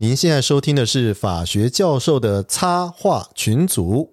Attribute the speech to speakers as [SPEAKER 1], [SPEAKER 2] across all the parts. [SPEAKER 1] 您现在收听的是法学教授的插画群组。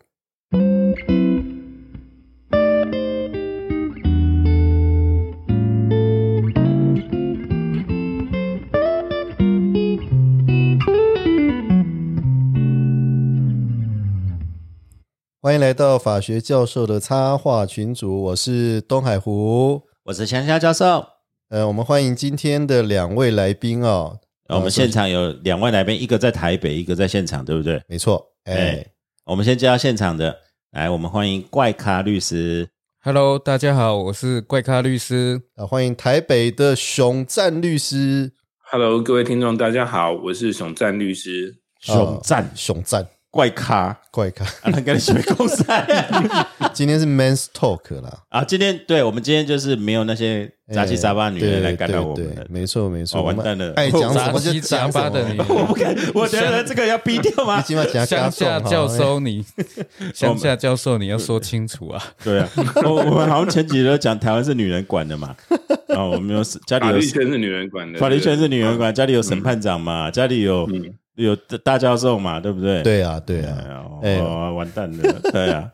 [SPEAKER 1] 欢迎来到法学教授的插画群组，我是东海湖。
[SPEAKER 2] 我是香香教授。
[SPEAKER 1] 呃，我们欢迎今天的两位来宾哦。
[SPEAKER 2] 我们现场有两位来宾，一个在台北，一个在现场，对不对？
[SPEAKER 1] 没错，哎
[SPEAKER 2] 哎，我们先介绍现场的，来，我们欢迎怪咖律师。
[SPEAKER 3] Hello，大家好，我是怪咖律师。
[SPEAKER 1] 啊，欢迎台北的熊赞律师，
[SPEAKER 4] Hello，各位听众，大家好，我是熊赞律师。
[SPEAKER 1] 哦
[SPEAKER 2] 熊赞
[SPEAKER 1] 啊熊赞
[SPEAKER 2] 怪咖，
[SPEAKER 1] 怪咖。
[SPEAKER 2] 啊，那跟你学 公赛
[SPEAKER 1] 今天是 Man's Talk 啦，
[SPEAKER 2] 啊。今天对我们今天就是没有那些杂七杂八女人
[SPEAKER 1] 哎
[SPEAKER 2] 来干扰
[SPEAKER 1] 对
[SPEAKER 2] 我们
[SPEAKER 1] 对
[SPEAKER 2] 的，
[SPEAKER 1] 没错没错，
[SPEAKER 2] 哦
[SPEAKER 1] 我们
[SPEAKER 2] 完蛋了
[SPEAKER 1] 爱讲什么
[SPEAKER 3] 杂
[SPEAKER 1] 就
[SPEAKER 3] 七杂
[SPEAKER 1] 讲
[SPEAKER 3] 八
[SPEAKER 1] 什么
[SPEAKER 3] 的女，
[SPEAKER 2] 我不敢，我觉得这个要逼掉
[SPEAKER 1] 你
[SPEAKER 2] 吗？
[SPEAKER 1] 起码讲哎
[SPEAKER 3] 乡下教授你，乡下教授你要说清楚啊！
[SPEAKER 2] 对啊，我我们好像前几天都讲台湾是女人管的嘛，啊，我 们有家里
[SPEAKER 4] 法
[SPEAKER 2] 有
[SPEAKER 4] 律圈是女人管的，
[SPEAKER 2] 法律圈
[SPEAKER 4] 对
[SPEAKER 2] 是女人管，家里有审判长嘛，家里有
[SPEAKER 4] 嗯
[SPEAKER 2] 有大教授嘛，对不对？
[SPEAKER 1] 对啊对
[SPEAKER 2] 哎
[SPEAKER 1] 啊
[SPEAKER 2] 呀，
[SPEAKER 1] 哎
[SPEAKER 2] 哦，完蛋了，对啊，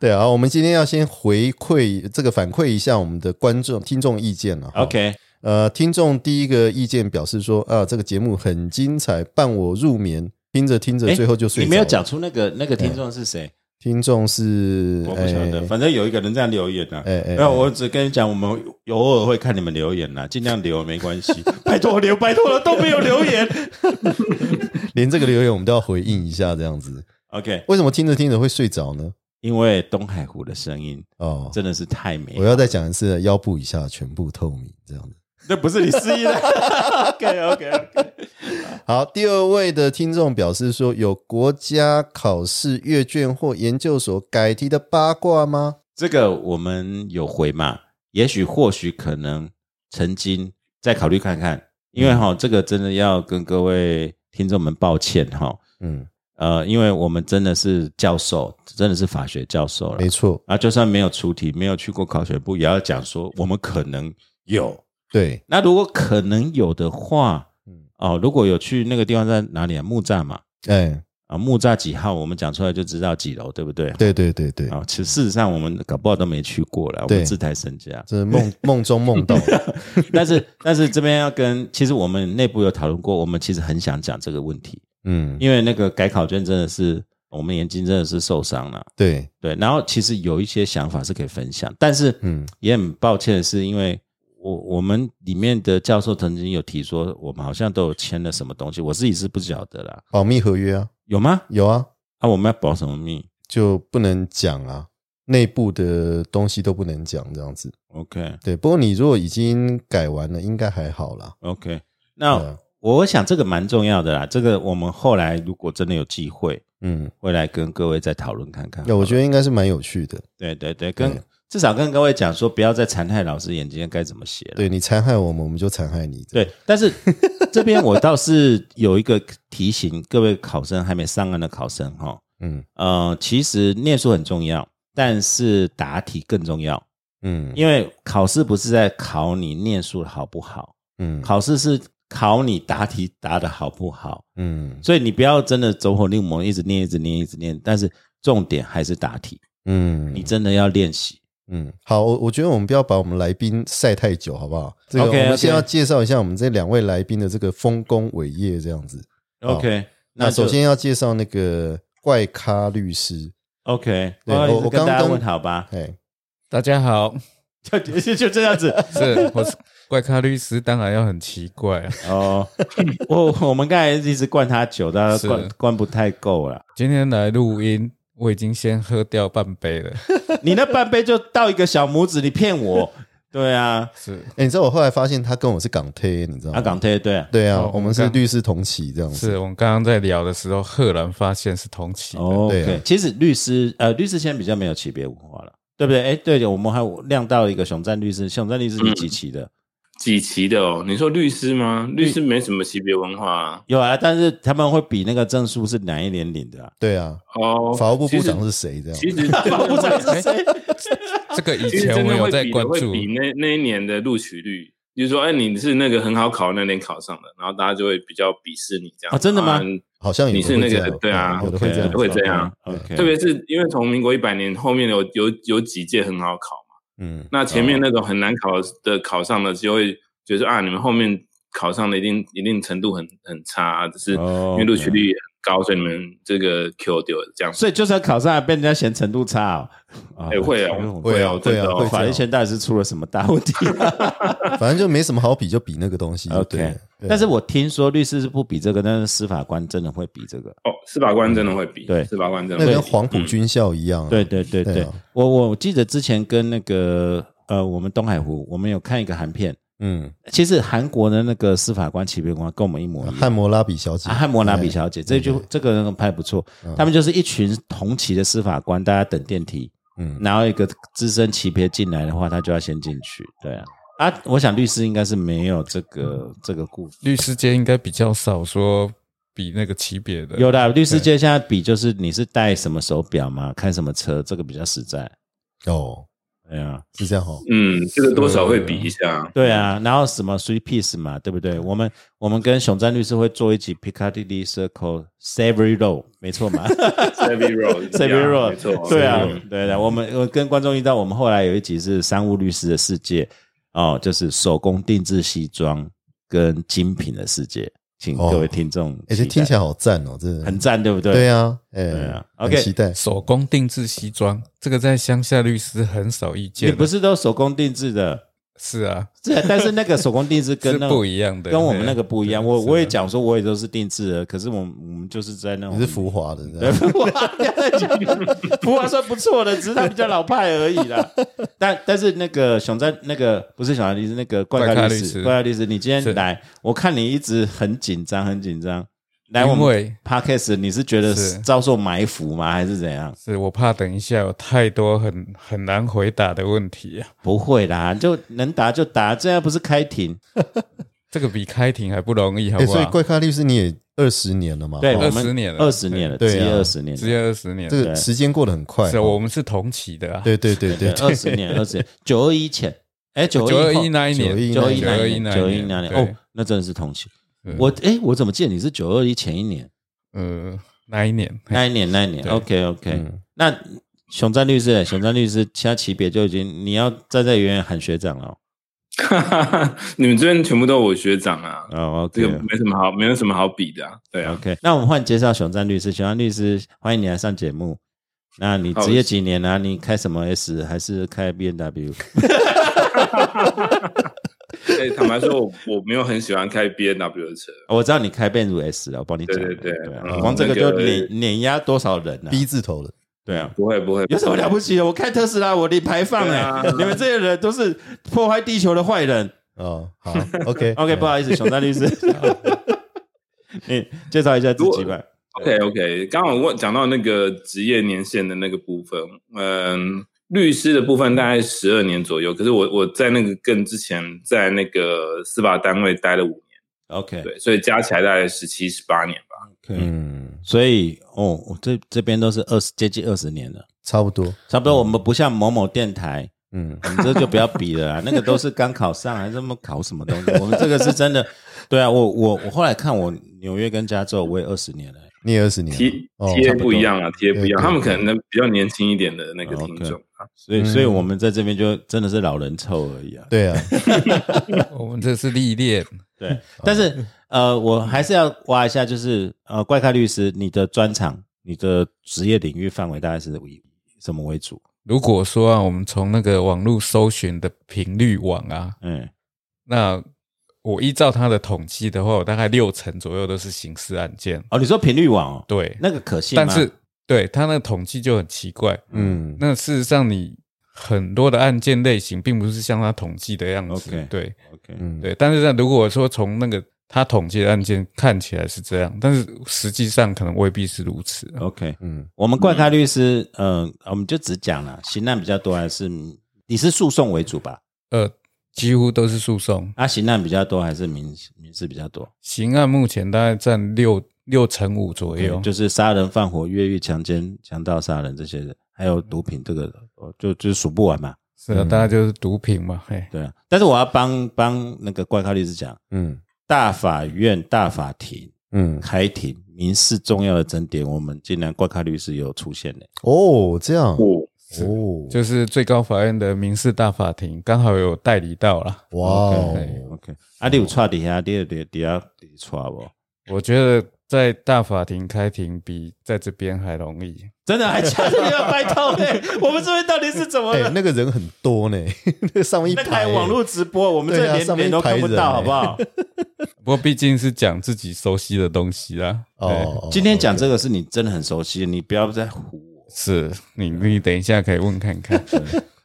[SPEAKER 1] 对啊，我们今天要先回馈这个反馈一下我们的观众听众意见了哈。
[SPEAKER 2] OK，
[SPEAKER 1] 呃，听众第一个意见表示说啊，这个节目很精彩，伴我入眠，听着听着
[SPEAKER 2] 哎
[SPEAKER 1] 最后就睡着了。哎
[SPEAKER 2] 你没有讲出那个那个听众是谁？
[SPEAKER 1] 听众是
[SPEAKER 2] 我不晓
[SPEAKER 1] 哎
[SPEAKER 2] 得，反正有一个人这样留言呐。
[SPEAKER 1] 哎哎
[SPEAKER 2] 没有，我只跟你讲，我们有偶尔会看你们留言呐，啊尽量留没关 系，拜托留，拜托了，都没有留言。
[SPEAKER 1] 连这个留言我们都要回应一下，这样子。
[SPEAKER 2] OK，
[SPEAKER 1] 为什么听着听着会睡着呢？
[SPEAKER 2] 因为东海湖的声音
[SPEAKER 1] 哦，
[SPEAKER 2] 真的是太美
[SPEAKER 1] 我
[SPEAKER 2] 了，
[SPEAKER 1] 要再讲一次，腰部以下全部透明这样子。
[SPEAKER 2] 那不是你失 忆了。OK OK OK，
[SPEAKER 1] 好，第二位的听众表示说，有国家考试阅卷或研究所改题的八卦吗？
[SPEAKER 2] 这个我们有回嘛？也许或许可能曾经再考虑看看，
[SPEAKER 1] 嗯
[SPEAKER 2] 因为哈、这个真的要跟各位听众们抱歉哈、
[SPEAKER 1] 嗯，
[SPEAKER 2] 呃，因为我们真的是教授，真的是法学教授了
[SPEAKER 1] 没，错，
[SPEAKER 2] 啊，就算没有出题，没有去过考学部，也要讲说我们可能有。
[SPEAKER 1] 对，
[SPEAKER 2] 那如果可能有的话
[SPEAKER 1] 嗯，
[SPEAKER 2] 哦，如果有去那个地方在哪里啊？木栅嘛，
[SPEAKER 1] 哎，
[SPEAKER 2] 啊，木栅几号？我们讲出来就知道几楼，对不对？
[SPEAKER 1] 对对对对，
[SPEAKER 2] 啊，其实事实上我们搞不好都没去过了，我
[SPEAKER 1] 对
[SPEAKER 2] 们自抬身价。
[SPEAKER 1] 这是 梦梦中梦到的，
[SPEAKER 2] 但是但是这边要跟，其实我们内部有讨论过，我们其实很想讲这个问题，
[SPEAKER 1] 嗯，
[SPEAKER 2] 因为那个改考卷真的是我们眼睛真的是受伤了，
[SPEAKER 1] 对，
[SPEAKER 2] 对。然后其实有一些想法是可以分享，但是
[SPEAKER 1] 嗯
[SPEAKER 2] 也很抱歉的是，因为我我们里面的教授曾经有提说，我们好像都有签了什么东西，我自己是不晓得啦，
[SPEAKER 1] 保密合约啊，
[SPEAKER 2] 有吗？
[SPEAKER 1] 有啊，
[SPEAKER 2] 啊，我们要保什么密
[SPEAKER 1] 就不能讲啊，内部的东西都不能讲这样子。
[SPEAKER 2] ？OK
[SPEAKER 1] 对，不过你如果已经改完了，应该还好啦。
[SPEAKER 2] OK，那。
[SPEAKER 1] 对啊
[SPEAKER 2] 我想这个蛮重要的啦，这个我们后来如果真的有机会，
[SPEAKER 1] 嗯，
[SPEAKER 2] 会来跟各位再讨论看看。
[SPEAKER 1] 那我觉得应该是蛮有趣的。
[SPEAKER 2] 对对对，跟
[SPEAKER 1] 对
[SPEAKER 2] 至少跟各位讲说，不要再残害老师眼睛该怎么写了。
[SPEAKER 1] 对你残害我们，我们就残害你。
[SPEAKER 2] 对，但是这边我倒是有一个提醒各位考生，还没上岸的考生哈，
[SPEAKER 1] 嗯
[SPEAKER 2] 呃，其实念书很重要，但是答题更重要，
[SPEAKER 1] 嗯
[SPEAKER 2] 因为考试不是在考你念书好不好，
[SPEAKER 1] 嗯
[SPEAKER 2] 考试是考你答题答的好不好。
[SPEAKER 1] 嗯
[SPEAKER 2] 所以你不要真的走火入魔，一直念，一直念，一直念。但是重点还是答题，
[SPEAKER 1] 嗯
[SPEAKER 2] 你真的要练习。
[SPEAKER 1] 嗯，好，我我觉得我们不要把我们来宾晒太久，好不好？这个
[SPEAKER 2] OK，OK
[SPEAKER 1] 我们先要介绍一下我们这两位来宾的这个丰功伟业这样子。好
[SPEAKER 2] OK，
[SPEAKER 1] 那
[SPEAKER 2] 就
[SPEAKER 1] 首先要介绍那个怪咖律师，
[SPEAKER 2] OK，
[SPEAKER 1] 对
[SPEAKER 2] 不好意思
[SPEAKER 1] 我我
[SPEAKER 2] 跟
[SPEAKER 1] 刚
[SPEAKER 2] 大家
[SPEAKER 1] 刚
[SPEAKER 2] 问好吧，
[SPEAKER 1] 哎，
[SPEAKER 3] 大家好，
[SPEAKER 2] 就就就这 样子。
[SPEAKER 3] 是我是怪咖律师，当然要很奇怪啊。
[SPEAKER 2] 哦，我我们刚才一直灌他酒，但
[SPEAKER 3] 是
[SPEAKER 2] 是灌灌不太够了。
[SPEAKER 3] 今天来录音，我已经先喝掉半杯了。
[SPEAKER 2] 你那半杯就到一个小拇指，你 骗我？对啊，
[SPEAKER 3] 是
[SPEAKER 1] 哎，你知道我后来发现他跟我是港推，你知道吗？
[SPEAKER 2] 阿港推对啊。
[SPEAKER 1] 对啊，
[SPEAKER 3] 哦
[SPEAKER 1] 我们是
[SPEAKER 3] 我们刚
[SPEAKER 1] 律师同期这样子。
[SPEAKER 3] 是，我们刚刚在聊的时候，赫然发现是同期的。
[SPEAKER 2] 哦
[SPEAKER 1] 对啊
[SPEAKER 2] OK，其实律师呃，律师现在比较没有级别文化了，对不对？哎，对的，我们还有亮到一个熊赞律师，熊赞律师
[SPEAKER 1] 嗯
[SPEAKER 2] 你几期的？
[SPEAKER 4] 几期的哦？你说律师吗？律师没什么级别文化啊。
[SPEAKER 2] 有啊，但是他们会比那个证书是哪一年领的、啊？
[SPEAKER 1] 对啊，
[SPEAKER 4] 哦，
[SPEAKER 1] 法务部部长
[SPEAKER 4] 是
[SPEAKER 1] 是谁？这样
[SPEAKER 4] 其实真的
[SPEAKER 2] 部长是谁？
[SPEAKER 3] 这个以
[SPEAKER 4] 其实
[SPEAKER 3] 前
[SPEAKER 4] 真
[SPEAKER 3] 我
[SPEAKER 4] 的
[SPEAKER 3] 有
[SPEAKER 4] 会
[SPEAKER 3] 在
[SPEAKER 4] 比
[SPEAKER 3] 关
[SPEAKER 4] 会
[SPEAKER 3] 注，
[SPEAKER 4] 比那那一年的录取率，就是说，哎，你是那个很好考那年考上的，然后大家就会比较鄙视你这样。
[SPEAKER 2] 哦真的吗
[SPEAKER 4] 啊
[SPEAKER 1] 好像有的
[SPEAKER 4] 你是那
[SPEAKER 1] 会这
[SPEAKER 4] 个
[SPEAKER 1] 样嗯
[SPEAKER 4] 对啊
[SPEAKER 1] 有的会这样，
[SPEAKER 4] 会这样啊
[SPEAKER 2] ，OK，
[SPEAKER 4] 特别是因为从民国一百年后面有有有几届很好考嘛，
[SPEAKER 1] 嗯，
[SPEAKER 4] 那前
[SPEAKER 2] 哦
[SPEAKER 4] 面那种很难考的考上的就会觉得啊，你们后面考上的一定一定程度很很差，啊只是因
[SPEAKER 2] 因
[SPEAKER 4] 为录取，率很高，所以你们这个 Q 掉了这样。
[SPEAKER 2] 所以就算考上，还被人家嫌程度差哦。啊
[SPEAKER 4] 哎会啊
[SPEAKER 1] 会啊，
[SPEAKER 4] 会哦
[SPEAKER 1] 会
[SPEAKER 4] 真的
[SPEAKER 1] 啊，
[SPEAKER 4] 哦
[SPEAKER 1] 会
[SPEAKER 2] 法
[SPEAKER 1] 这
[SPEAKER 2] 律
[SPEAKER 1] 样
[SPEAKER 2] 圈到底是出了什么大问题？啊
[SPEAKER 1] 反正就没什么好比，就比那个东西就
[SPEAKER 2] OK
[SPEAKER 1] 对了。对
[SPEAKER 2] 但是我听说律师是不比这个，但是司法官真的会比这个。
[SPEAKER 4] 哦，司法官真的会比，
[SPEAKER 2] 对
[SPEAKER 4] 司法官真
[SPEAKER 1] 那
[SPEAKER 4] 的会
[SPEAKER 1] 跟
[SPEAKER 4] 比。
[SPEAKER 1] 黄埔军校一样啊，
[SPEAKER 2] 对对对对，
[SPEAKER 1] 对啊
[SPEAKER 2] 我我记得之前跟那个呃，我们东海湖，我们有看一个韩片，
[SPEAKER 1] 嗯，
[SPEAKER 2] 其实韩国的那个司法官、起辩官跟我们一模一样。
[SPEAKER 1] 汉摩拉比小姐，
[SPEAKER 2] 啊汉摩拿比小姐，这就这个人拍不错。他们就是一群同期的司法官，大家等电梯，
[SPEAKER 1] 嗯
[SPEAKER 2] 然后一个资深级别进来的话，他就要先进去。对啊，啊，我想律师应该是没有这个这个顾
[SPEAKER 3] 律师界应该比较少说比那个级别的，
[SPEAKER 2] 有啦，律师界现在比就是你是戴什么手表嘛，开什么车，这个比较实在。
[SPEAKER 1] 哦，
[SPEAKER 2] 对啊，
[SPEAKER 1] 是这样哦，
[SPEAKER 4] 嗯，这个多少会比 一下。
[SPEAKER 2] 对啊，然后什么 three piece 嘛，对不对？我们我们跟熊战律师会做一集 Piccadilly Circle Savory Row，没错嘛
[SPEAKER 4] Savvy Road，
[SPEAKER 2] ，Savory Row，
[SPEAKER 4] 没错，
[SPEAKER 2] 对啊
[SPEAKER 4] Savvy Road，
[SPEAKER 2] 对的。我们我跟观众遇到，我们后来有一集是商务律师的世界哦，就是手工定制西装跟精品的世界，请
[SPEAKER 1] 哦
[SPEAKER 2] 各位听众期待，
[SPEAKER 1] 哎，这听起来好赞哦，真的
[SPEAKER 2] 很赞，对不对？
[SPEAKER 1] 对啊，
[SPEAKER 2] 对
[SPEAKER 1] 哎
[SPEAKER 2] 啊，OK
[SPEAKER 1] 很期待，
[SPEAKER 3] 手工定制西装，这个在乡下律师很少意见
[SPEAKER 2] 你
[SPEAKER 3] 啊。
[SPEAKER 2] 不是都手工定制的？
[SPEAKER 3] 是啊，
[SPEAKER 2] 是啊，但是那个手工定制跟
[SPEAKER 3] 是
[SPEAKER 2] 那
[SPEAKER 3] 不一样的，
[SPEAKER 2] 跟我们那个不一样。我
[SPEAKER 3] 是啊
[SPEAKER 2] 我也讲说，我也都是定制的，可是我们我们就是在那种
[SPEAKER 1] 你是浮华的，这
[SPEAKER 2] 对
[SPEAKER 1] 样
[SPEAKER 2] 福华，不要再讲了福华算不错的，只是他比较老派而已啦。但但是那个熊在那个不是熊在律师，那个怪咖
[SPEAKER 3] 怪
[SPEAKER 2] 律
[SPEAKER 3] 咖律
[SPEAKER 2] 师，
[SPEAKER 3] 师
[SPEAKER 2] 怪咖律师，你今天
[SPEAKER 3] 是
[SPEAKER 2] 来，我看你一直很紧张，很紧张。来，
[SPEAKER 3] 因
[SPEAKER 2] 我们
[SPEAKER 3] 为
[SPEAKER 2] podcast，你是觉得
[SPEAKER 3] 是
[SPEAKER 2] 遭受埋伏吗，还是怎样？
[SPEAKER 3] 是我怕等一下有太多很很难回答的问题啊，
[SPEAKER 2] 不会啦，就能答就答，这样不是开庭？
[SPEAKER 3] 这个比开庭还不容易，好
[SPEAKER 1] 哎，
[SPEAKER 3] 不
[SPEAKER 1] 所以
[SPEAKER 3] 好？
[SPEAKER 1] 怪咖律师你也二十年了嘛？
[SPEAKER 2] 对，
[SPEAKER 1] 哦
[SPEAKER 2] 我们
[SPEAKER 3] 20年了
[SPEAKER 2] 二十年了，
[SPEAKER 1] 对
[SPEAKER 2] 职业
[SPEAKER 1] 对啊
[SPEAKER 2] 二十年了
[SPEAKER 3] 职，业二十年，
[SPEAKER 1] 这个时间过得很快
[SPEAKER 3] 是啊
[SPEAKER 1] 哦，
[SPEAKER 3] 我们是同期的啊，
[SPEAKER 1] 对对对 对，
[SPEAKER 2] 二十年，二十年，九二一前，哎，九
[SPEAKER 3] 九二
[SPEAKER 2] 二
[SPEAKER 3] 一那一
[SPEAKER 1] 91
[SPEAKER 3] 年，
[SPEAKER 2] 九二一
[SPEAKER 1] 91
[SPEAKER 2] 那一
[SPEAKER 3] 91
[SPEAKER 2] 年，
[SPEAKER 3] 那
[SPEAKER 2] 九二一
[SPEAKER 3] 年
[SPEAKER 2] 那年，
[SPEAKER 3] 对
[SPEAKER 2] 哦，那真的是同期。
[SPEAKER 3] 嗯
[SPEAKER 2] 我哎，我怎么记得你是九二一前一年？
[SPEAKER 3] 呃那一年，
[SPEAKER 2] 那一年，那一年
[SPEAKER 3] 对
[SPEAKER 2] ，OK OK。那
[SPEAKER 4] 嗯
[SPEAKER 2] 熊战律师嘞，熊战律师，其他级别就已经你要站在远远喊学长了哦。
[SPEAKER 4] 你们这边全部都我学长啊，
[SPEAKER 2] 哦
[SPEAKER 4] 这个
[SPEAKER 2] ，OK
[SPEAKER 4] 没什么好，没有什么好比的啊。 对啊，
[SPEAKER 2] OK。那我们换介绍熊战律师，熊战律师，欢迎你来上节目。那你职业几年啊？你开什么 S 还是开 B N W？
[SPEAKER 4] 哎，坦白说，我我没有很喜欢开 B N W 的车，
[SPEAKER 2] 我知道你开 b n 五 S 了，我帮你讲。
[SPEAKER 4] 对对对
[SPEAKER 2] 啊
[SPEAKER 4] 嗯
[SPEAKER 2] 光这个
[SPEAKER 4] 那
[SPEAKER 2] 就
[SPEAKER 4] 个
[SPEAKER 2] 碾碾压多少人啊？
[SPEAKER 1] ，B 字头的，
[SPEAKER 2] 对啊，
[SPEAKER 4] 不会不会，
[SPEAKER 2] 有什么了不起的？我开特斯拉，我零排放
[SPEAKER 4] 对
[SPEAKER 2] 哎、
[SPEAKER 4] 啊
[SPEAKER 2] 你们这些人都是破坏地球的坏人。
[SPEAKER 1] 哦，好，OK
[SPEAKER 2] OK，不好意思，熊大律师， 你介绍一下自己吧。
[SPEAKER 4] OK OK，刚刚我问讲到那个职业年限的那个部分，嗯，律师的部分大概十二年左右，可是我我在那个更之前，在那个司法单位待了五
[SPEAKER 2] OK，
[SPEAKER 4] 年，对，所以加起来大概十七十八年吧。
[SPEAKER 2] 嗯，
[SPEAKER 1] 嗯，
[SPEAKER 2] 所以哦，我这这边都是二十接近二十年了，
[SPEAKER 1] 差不多，
[SPEAKER 2] 差不多。我们不像某某电台，
[SPEAKER 1] 嗯，
[SPEAKER 2] 我们这就不要比了 啊，那个都是刚考上，还这么考什么东西？我们这个是真的。对啊，我我我后来看我纽约跟加州，我也二十年了、
[SPEAKER 1] 你也二十年了，
[SPEAKER 4] T
[SPEAKER 1] 哦
[SPEAKER 4] T
[SPEAKER 1] 差
[SPEAKER 4] A
[SPEAKER 1] 多
[SPEAKER 4] 不一样啊，T A 不一样，
[SPEAKER 1] 对哦
[SPEAKER 4] 他们可能比较年轻一点的那个听众啊。
[SPEAKER 2] 所以
[SPEAKER 1] 嗯
[SPEAKER 2] 所以我们在这边就真的是老人臭而已啊。
[SPEAKER 1] 对 啊，
[SPEAKER 3] 我们这是历练，
[SPEAKER 2] 对， 但是呃，我还是要挖一下，就是呃，怪咖律师，你的专长、你的职业领域范围大概是以什么为主？
[SPEAKER 3] 如果说啊，我们从那个网络搜寻的频率网啊，
[SPEAKER 2] 嗯，
[SPEAKER 3] 那我依照他的统计的话，我大概六成左右都是刑事案件。
[SPEAKER 2] 哦，你说频率网哦，
[SPEAKER 3] 对，
[SPEAKER 2] 那个可信吗？
[SPEAKER 3] 但是对他那个统计就很奇怪。
[SPEAKER 1] 嗯，
[SPEAKER 3] 那事实上，你很多的案件类型并不是像他统计的样子。
[SPEAKER 2] OK
[SPEAKER 3] 对
[SPEAKER 2] OK，
[SPEAKER 1] 嗯，
[SPEAKER 3] 对，但是呢，如果说从那个他统计的案件看起来是这样，但是实际上可能未必是如此啊。
[SPEAKER 2] OK，
[SPEAKER 1] 嗯，
[SPEAKER 2] 我们怪咖律师，嗯、我们就只讲了刑案比较多，还是你是诉讼为主吧？
[SPEAKER 3] 呃，几乎都是诉讼
[SPEAKER 2] 啊，刑案比较多还是民民事比较多？
[SPEAKER 3] 刑案，目前大概占六六成五左右。
[SPEAKER 2] 就是杀人、放火、越狱、强奸、强盗、杀人这些，还有毒品，这个哦就就数不完嘛。
[SPEAKER 3] 是啊，
[SPEAKER 1] 嗯
[SPEAKER 3] 大家就是毒品嘛，嘿，
[SPEAKER 2] 对啊，但是我要帮帮那个怪咖律师讲，
[SPEAKER 1] 嗯
[SPEAKER 2] 大法院、大法庭
[SPEAKER 1] 嗯，
[SPEAKER 2] 开庭民事重要的争点，我们竟然怪咖律师有出现呢、
[SPEAKER 1] 哦，这样哦，
[SPEAKER 4] 哦，
[SPEAKER 3] 就是最高法院的民事大法庭刚好有代理到啦。
[SPEAKER 1] 哇哦，
[SPEAKER 2] OK，啊，你有踹底下，你有底底下底踹不？
[SPEAKER 3] 我觉得在大法庭开庭比在这边还容易，
[SPEAKER 2] 真的还掐着你要拜托呢、我们这边到底是怎么
[SPEAKER 1] 哎
[SPEAKER 2] 了？，
[SPEAKER 1] 那个人很多呢， 那个上面一
[SPEAKER 2] 那
[SPEAKER 1] 排
[SPEAKER 2] 台网络直播，我们这
[SPEAKER 1] 对啊
[SPEAKER 2] 连
[SPEAKER 1] 上面
[SPEAKER 2] 脸都
[SPEAKER 1] 一排
[SPEAKER 2] 看不到，
[SPEAKER 1] 人
[SPEAKER 2] 好不好？
[SPEAKER 3] 不过毕竟是讲自己熟悉的东西啦。对，
[SPEAKER 1] 哦，
[SPEAKER 2] 今天讲这个是你真的很熟悉，你不要再唬我。
[SPEAKER 3] 是你你等一下可以问看看。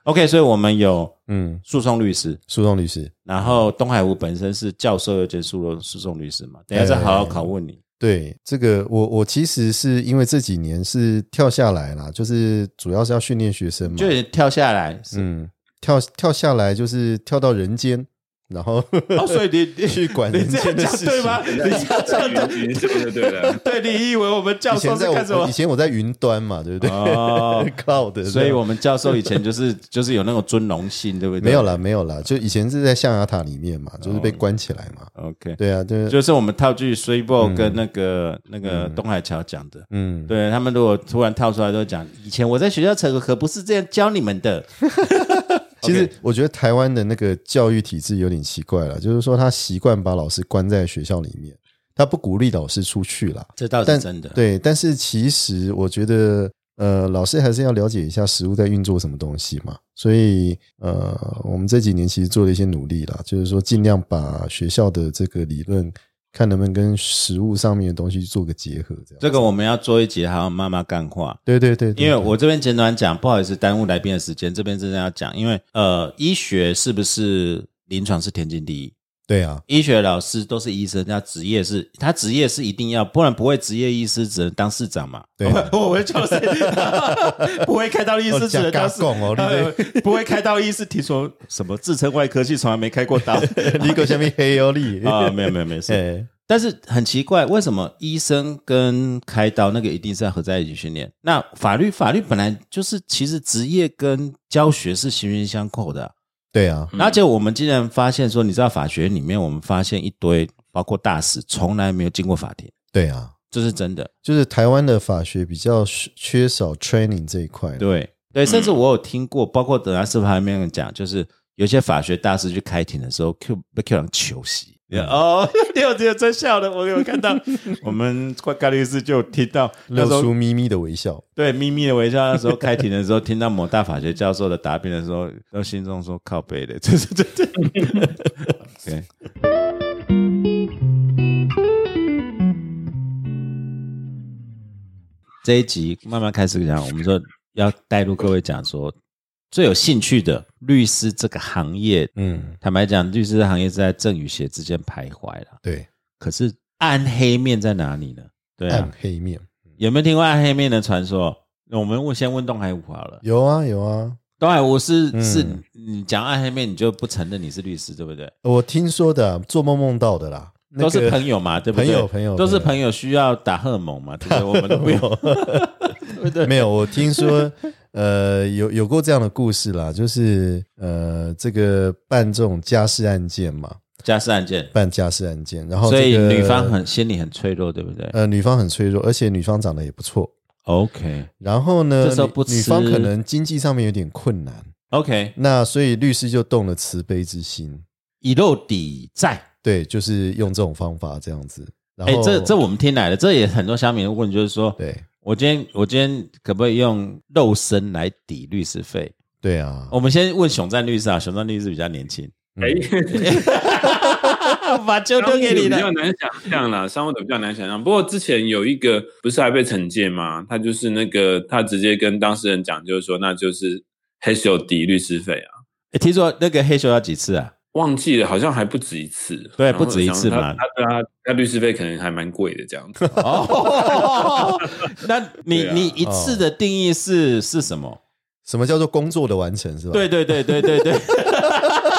[SPEAKER 2] OK，所以我们有
[SPEAKER 1] 嗯，
[SPEAKER 2] 诉讼律师，
[SPEAKER 1] 苏东律师，
[SPEAKER 2] 然后东海湖本身是教授又兼诉讼诉讼律师嘛，等一下再好好拷问你。
[SPEAKER 1] 对这个，我我其实是因为这几年是跳下来啦，就是主要是要训练学生嘛，
[SPEAKER 2] 就是跳下来，嗯，
[SPEAKER 1] 嗯，跳跳下来就是跳到人间，然后
[SPEAKER 2] 哦，所以你 你
[SPEAKER 1] 去管
[SPEAKER 2] 你
[SPEAKER 1] 人
[SPEAKER 2] 这
[SPEAKER 1] 间
[SPEAKER 2] 样
[SPEAKER 1] 哎的
[SPEAKER 2] 讲
[SPEAKER 1] 事情。
[SPEAKER 2] 对吗？你这样讲对
[SPEAKER 4] 云云霄就 对了。
[SPEAKER 2] 对，你以为我们
[SPEAKER 1] 以
[SPEAKER 2] 教授
[SPEAKER 1] 前
[SPEAKER 2] 是
[SPEAKER 1] 在
[SPEAKER 2] 干什
[SPEAKER 1] 我
[SPEAKER 2] 么
[SPEAKER 1] 以？前我在云端嘛，对不对？
[SPEAKER 2] 哦
[SPEAKER 1] 靠的，啊
[SPEAKER 2] 所以我们教授以前就是 就是有那种尊荣心，对不对？
[SPEAKER 1] 没有啦，没有啦，就以前是在象牙塔里面嘛，就是
[SPEAKER 2] 哦
[SPEAKER 1] 被关起来嘛。
[SPEAKER 2] ，OK，
[SPEAKER 1] 对啊，就是
[SPEAKER 2] 就是我们套句 s w e b o 跟那个那个东海桥讲的，
[SPEAKER 1] 嗯，
[SPEAKER 2] 对他们如果突然套出来都讲，以前我在学校可可不是这样教你们的，
[SPEAKER 1] 其实我觉得台湾的那个教育体制有点奇怪了，就是说他习惯把老师关在学校里面，他不鼓励老师出去啦。
[SPEAKER 2] 这倒是
[SPEAKER 1] 但
[SPEAKER 2] 真的。
[SPEAKER 1] 对，但是其实我觉得，呃，老师还是要了解一下食物在运作什么东西嘛。所以，呃，我们这几年其实做了一些努力啦，就是说尽量把学校的这个理论，看能不能跟食物上面的东西做个结合，这样。
[SPEAKER 2] 这个我们要做一集，还要慢慢干话。
[SPEAKER 1] 对对对对
[SPEAKER 2] 因为我这边简短讲，不好意思耽误来宾的时间，这边真的要讲，因为呃，医学是不是临床是天经地义？
[SPEAKER 1] 对啊，
[SPEAKER 2] 医学老师都是医生，他职业是，他职业是一定要，不然不会职业医师只能当市长嘛。
[SPEAKER 1] 对 啊
[SPEAKER 2] 我们就是 不会开刀医师只能当市
[SPEAKER 1] 哦讲嘎讲哦
[SPEAKER 2] 呃不会开刀医师，听说什么自称外科系从来没开过刀
[SPEAKER 1] 你个下面黑哦你
[SPEAKER 2] 啊？没有没有没事。
[SPEAKER 1] 哎，
[SPEAKER 2] 但是很奇怪，为什么医生跟开刀那个一定是要合在一起训练？那法律法律本来就是，其实职业跟教学是息息相扣的啊、
[SPEAKER 1] 对啊，
[SPEAKER 2] 而且我们竟然发现说，你知道法学里面，我们发现一堆包括大使从来没有经过法庭，
[SPEAKER 1] 对啊，
[SPEAKER 2] 这是真的。
[SPEAKER 1] 就是台湾的法学比较缺少 training 这一块。，
[SPEAKER 2] 对
[SPEAKER 1] 嗯
[SPEAKER 2] 对，甚至我有听过，包括等下司法里面讲，就是有些法学大师去开庭的时候，Q 被 Q 人求席。
[SPEAKER 1] 嗯
[SPEAKER 2] 哦， 你有这个真笑的，我有 看到，我们怪咖律师就有听到那
[SPEAKER 1] 露
[SPEAKER 2] 时候
[SPEAKER 1] 出咪咪的微笑。
[SPEAKER 2] 对咪咪的微笑，那时候开庭的时候， 听到某大法学教授的答辩的时候，都心中说靠背的，这是这 这。对，这一集慢慢开始讲，我们说要带入各位讲说最有兴趣的律师这个行业。
[SPEAKER 1] 嗯，
[SPEAKER 2] 坦白讲，律师行业是在正与邪之间徘徊了。
[SPEAKER 1] 对，
[SPEAKER 2] 可是暗黑面在哪里呢？对啊
[SPEAKER 1] 暗，黑面
[SPEAKER 2] 有没有听过暗黑面的传说？我们问先问东海武好了。
[SPEAKER 1] 有啊有啊，
[SPEAKER 2] 东海武是、
[SPEAKER 1] 嗯
[SPEAKER 2] 是你讲暗黑面，你就不承认你是律师，对不对？
[SPEAKER 1] 我听说的啊，做梦梦到的啦，那个
[SPEAKER 2] 都是朋友嘛，对不对？
[SPEAKER 1] 朋友朋友
[SPEAKER 2] 都是
[SPEAKER 1] 朋
[SPEAKER 2] 朋友需要打荷尔蒙嘛，对不对？ 我们都不用。
[SPEAKER 1] 没有，我听说，呃，有有过这样的故事啦，就是呃，这个办这种家事案件嘛，
[SPEAKER 2] 家事案件，
[SPEAKER 1] 办家事案件，然后、
[SPEAKER 2] 所
[SPEAKER 1] 哦这
[SPEAKER 2] 以
[SPEAKER 1] 个
[SPEAKER 2] 女方很心里很脆弱，对不对、
[SPEAKER 1] 呃，女方很脆弱，而且女方长得也不错，
[SPEAKER 2] o k
[SPEAKER 1] 然后呢，
[SPEAKER 2] 这时候
[SPEAKER 1] 女
[SPEAKER 2] 不吃
[SPEAKER 1] 女方可能经济上面有点困难，
[SPEAKER 2] OK，
[SPEAKER 1] 那所以律师就动了慈悲之心，
[SPEAKER 2] 以肉抵债。
[SPEAKER 1] 对，就是用这种方法这样子，然
[SPEAKER 2] 哎
[SPEAKER 1] 后、，
[SPEAKER 2] 这这我们听来的，这也很多小米问，就是说，
[SPEAKER 1] 哦对
[SPEAKER 2] 我今天我今天可不可以用肉身来抵律师费？
[SPEAKER 1] 对啊，
[SPEAKER 2] 我们先问熊战律师啊，熊战律师比较年轻，
[SPEAKER 4] 哎，
[SPEAKER 2] 把球
[SPEAKER 4] 商务的比较难想象啦，商务的比较难想象。不过之前有一个不是还被惩戒吗？他就是那个他直接跟当事人讲，就是说那就是黑手抵律师费啊，
[SPEAKER 2] 欸听说那个黑熊要几次啊？
[SPEAKER 4] 忘记了好像还不止一次，
[SPEAKER 2] 对
[SPEAKER 4] 然后
[SPEAKER 2] 不止一次嘛
[SPEAKER 4] 想他他对啊，他律师费可能还蛮贵的这样 子。
[SPEAKER 2] 哦，那你、
[SPEAKER 4] 对啊
[SPEAKER 2] 你一次的定义是是什么？
[SPEAKER 1] 什么叫做工作的完成是吧？
[SPEAKER 2] 对对对对对对。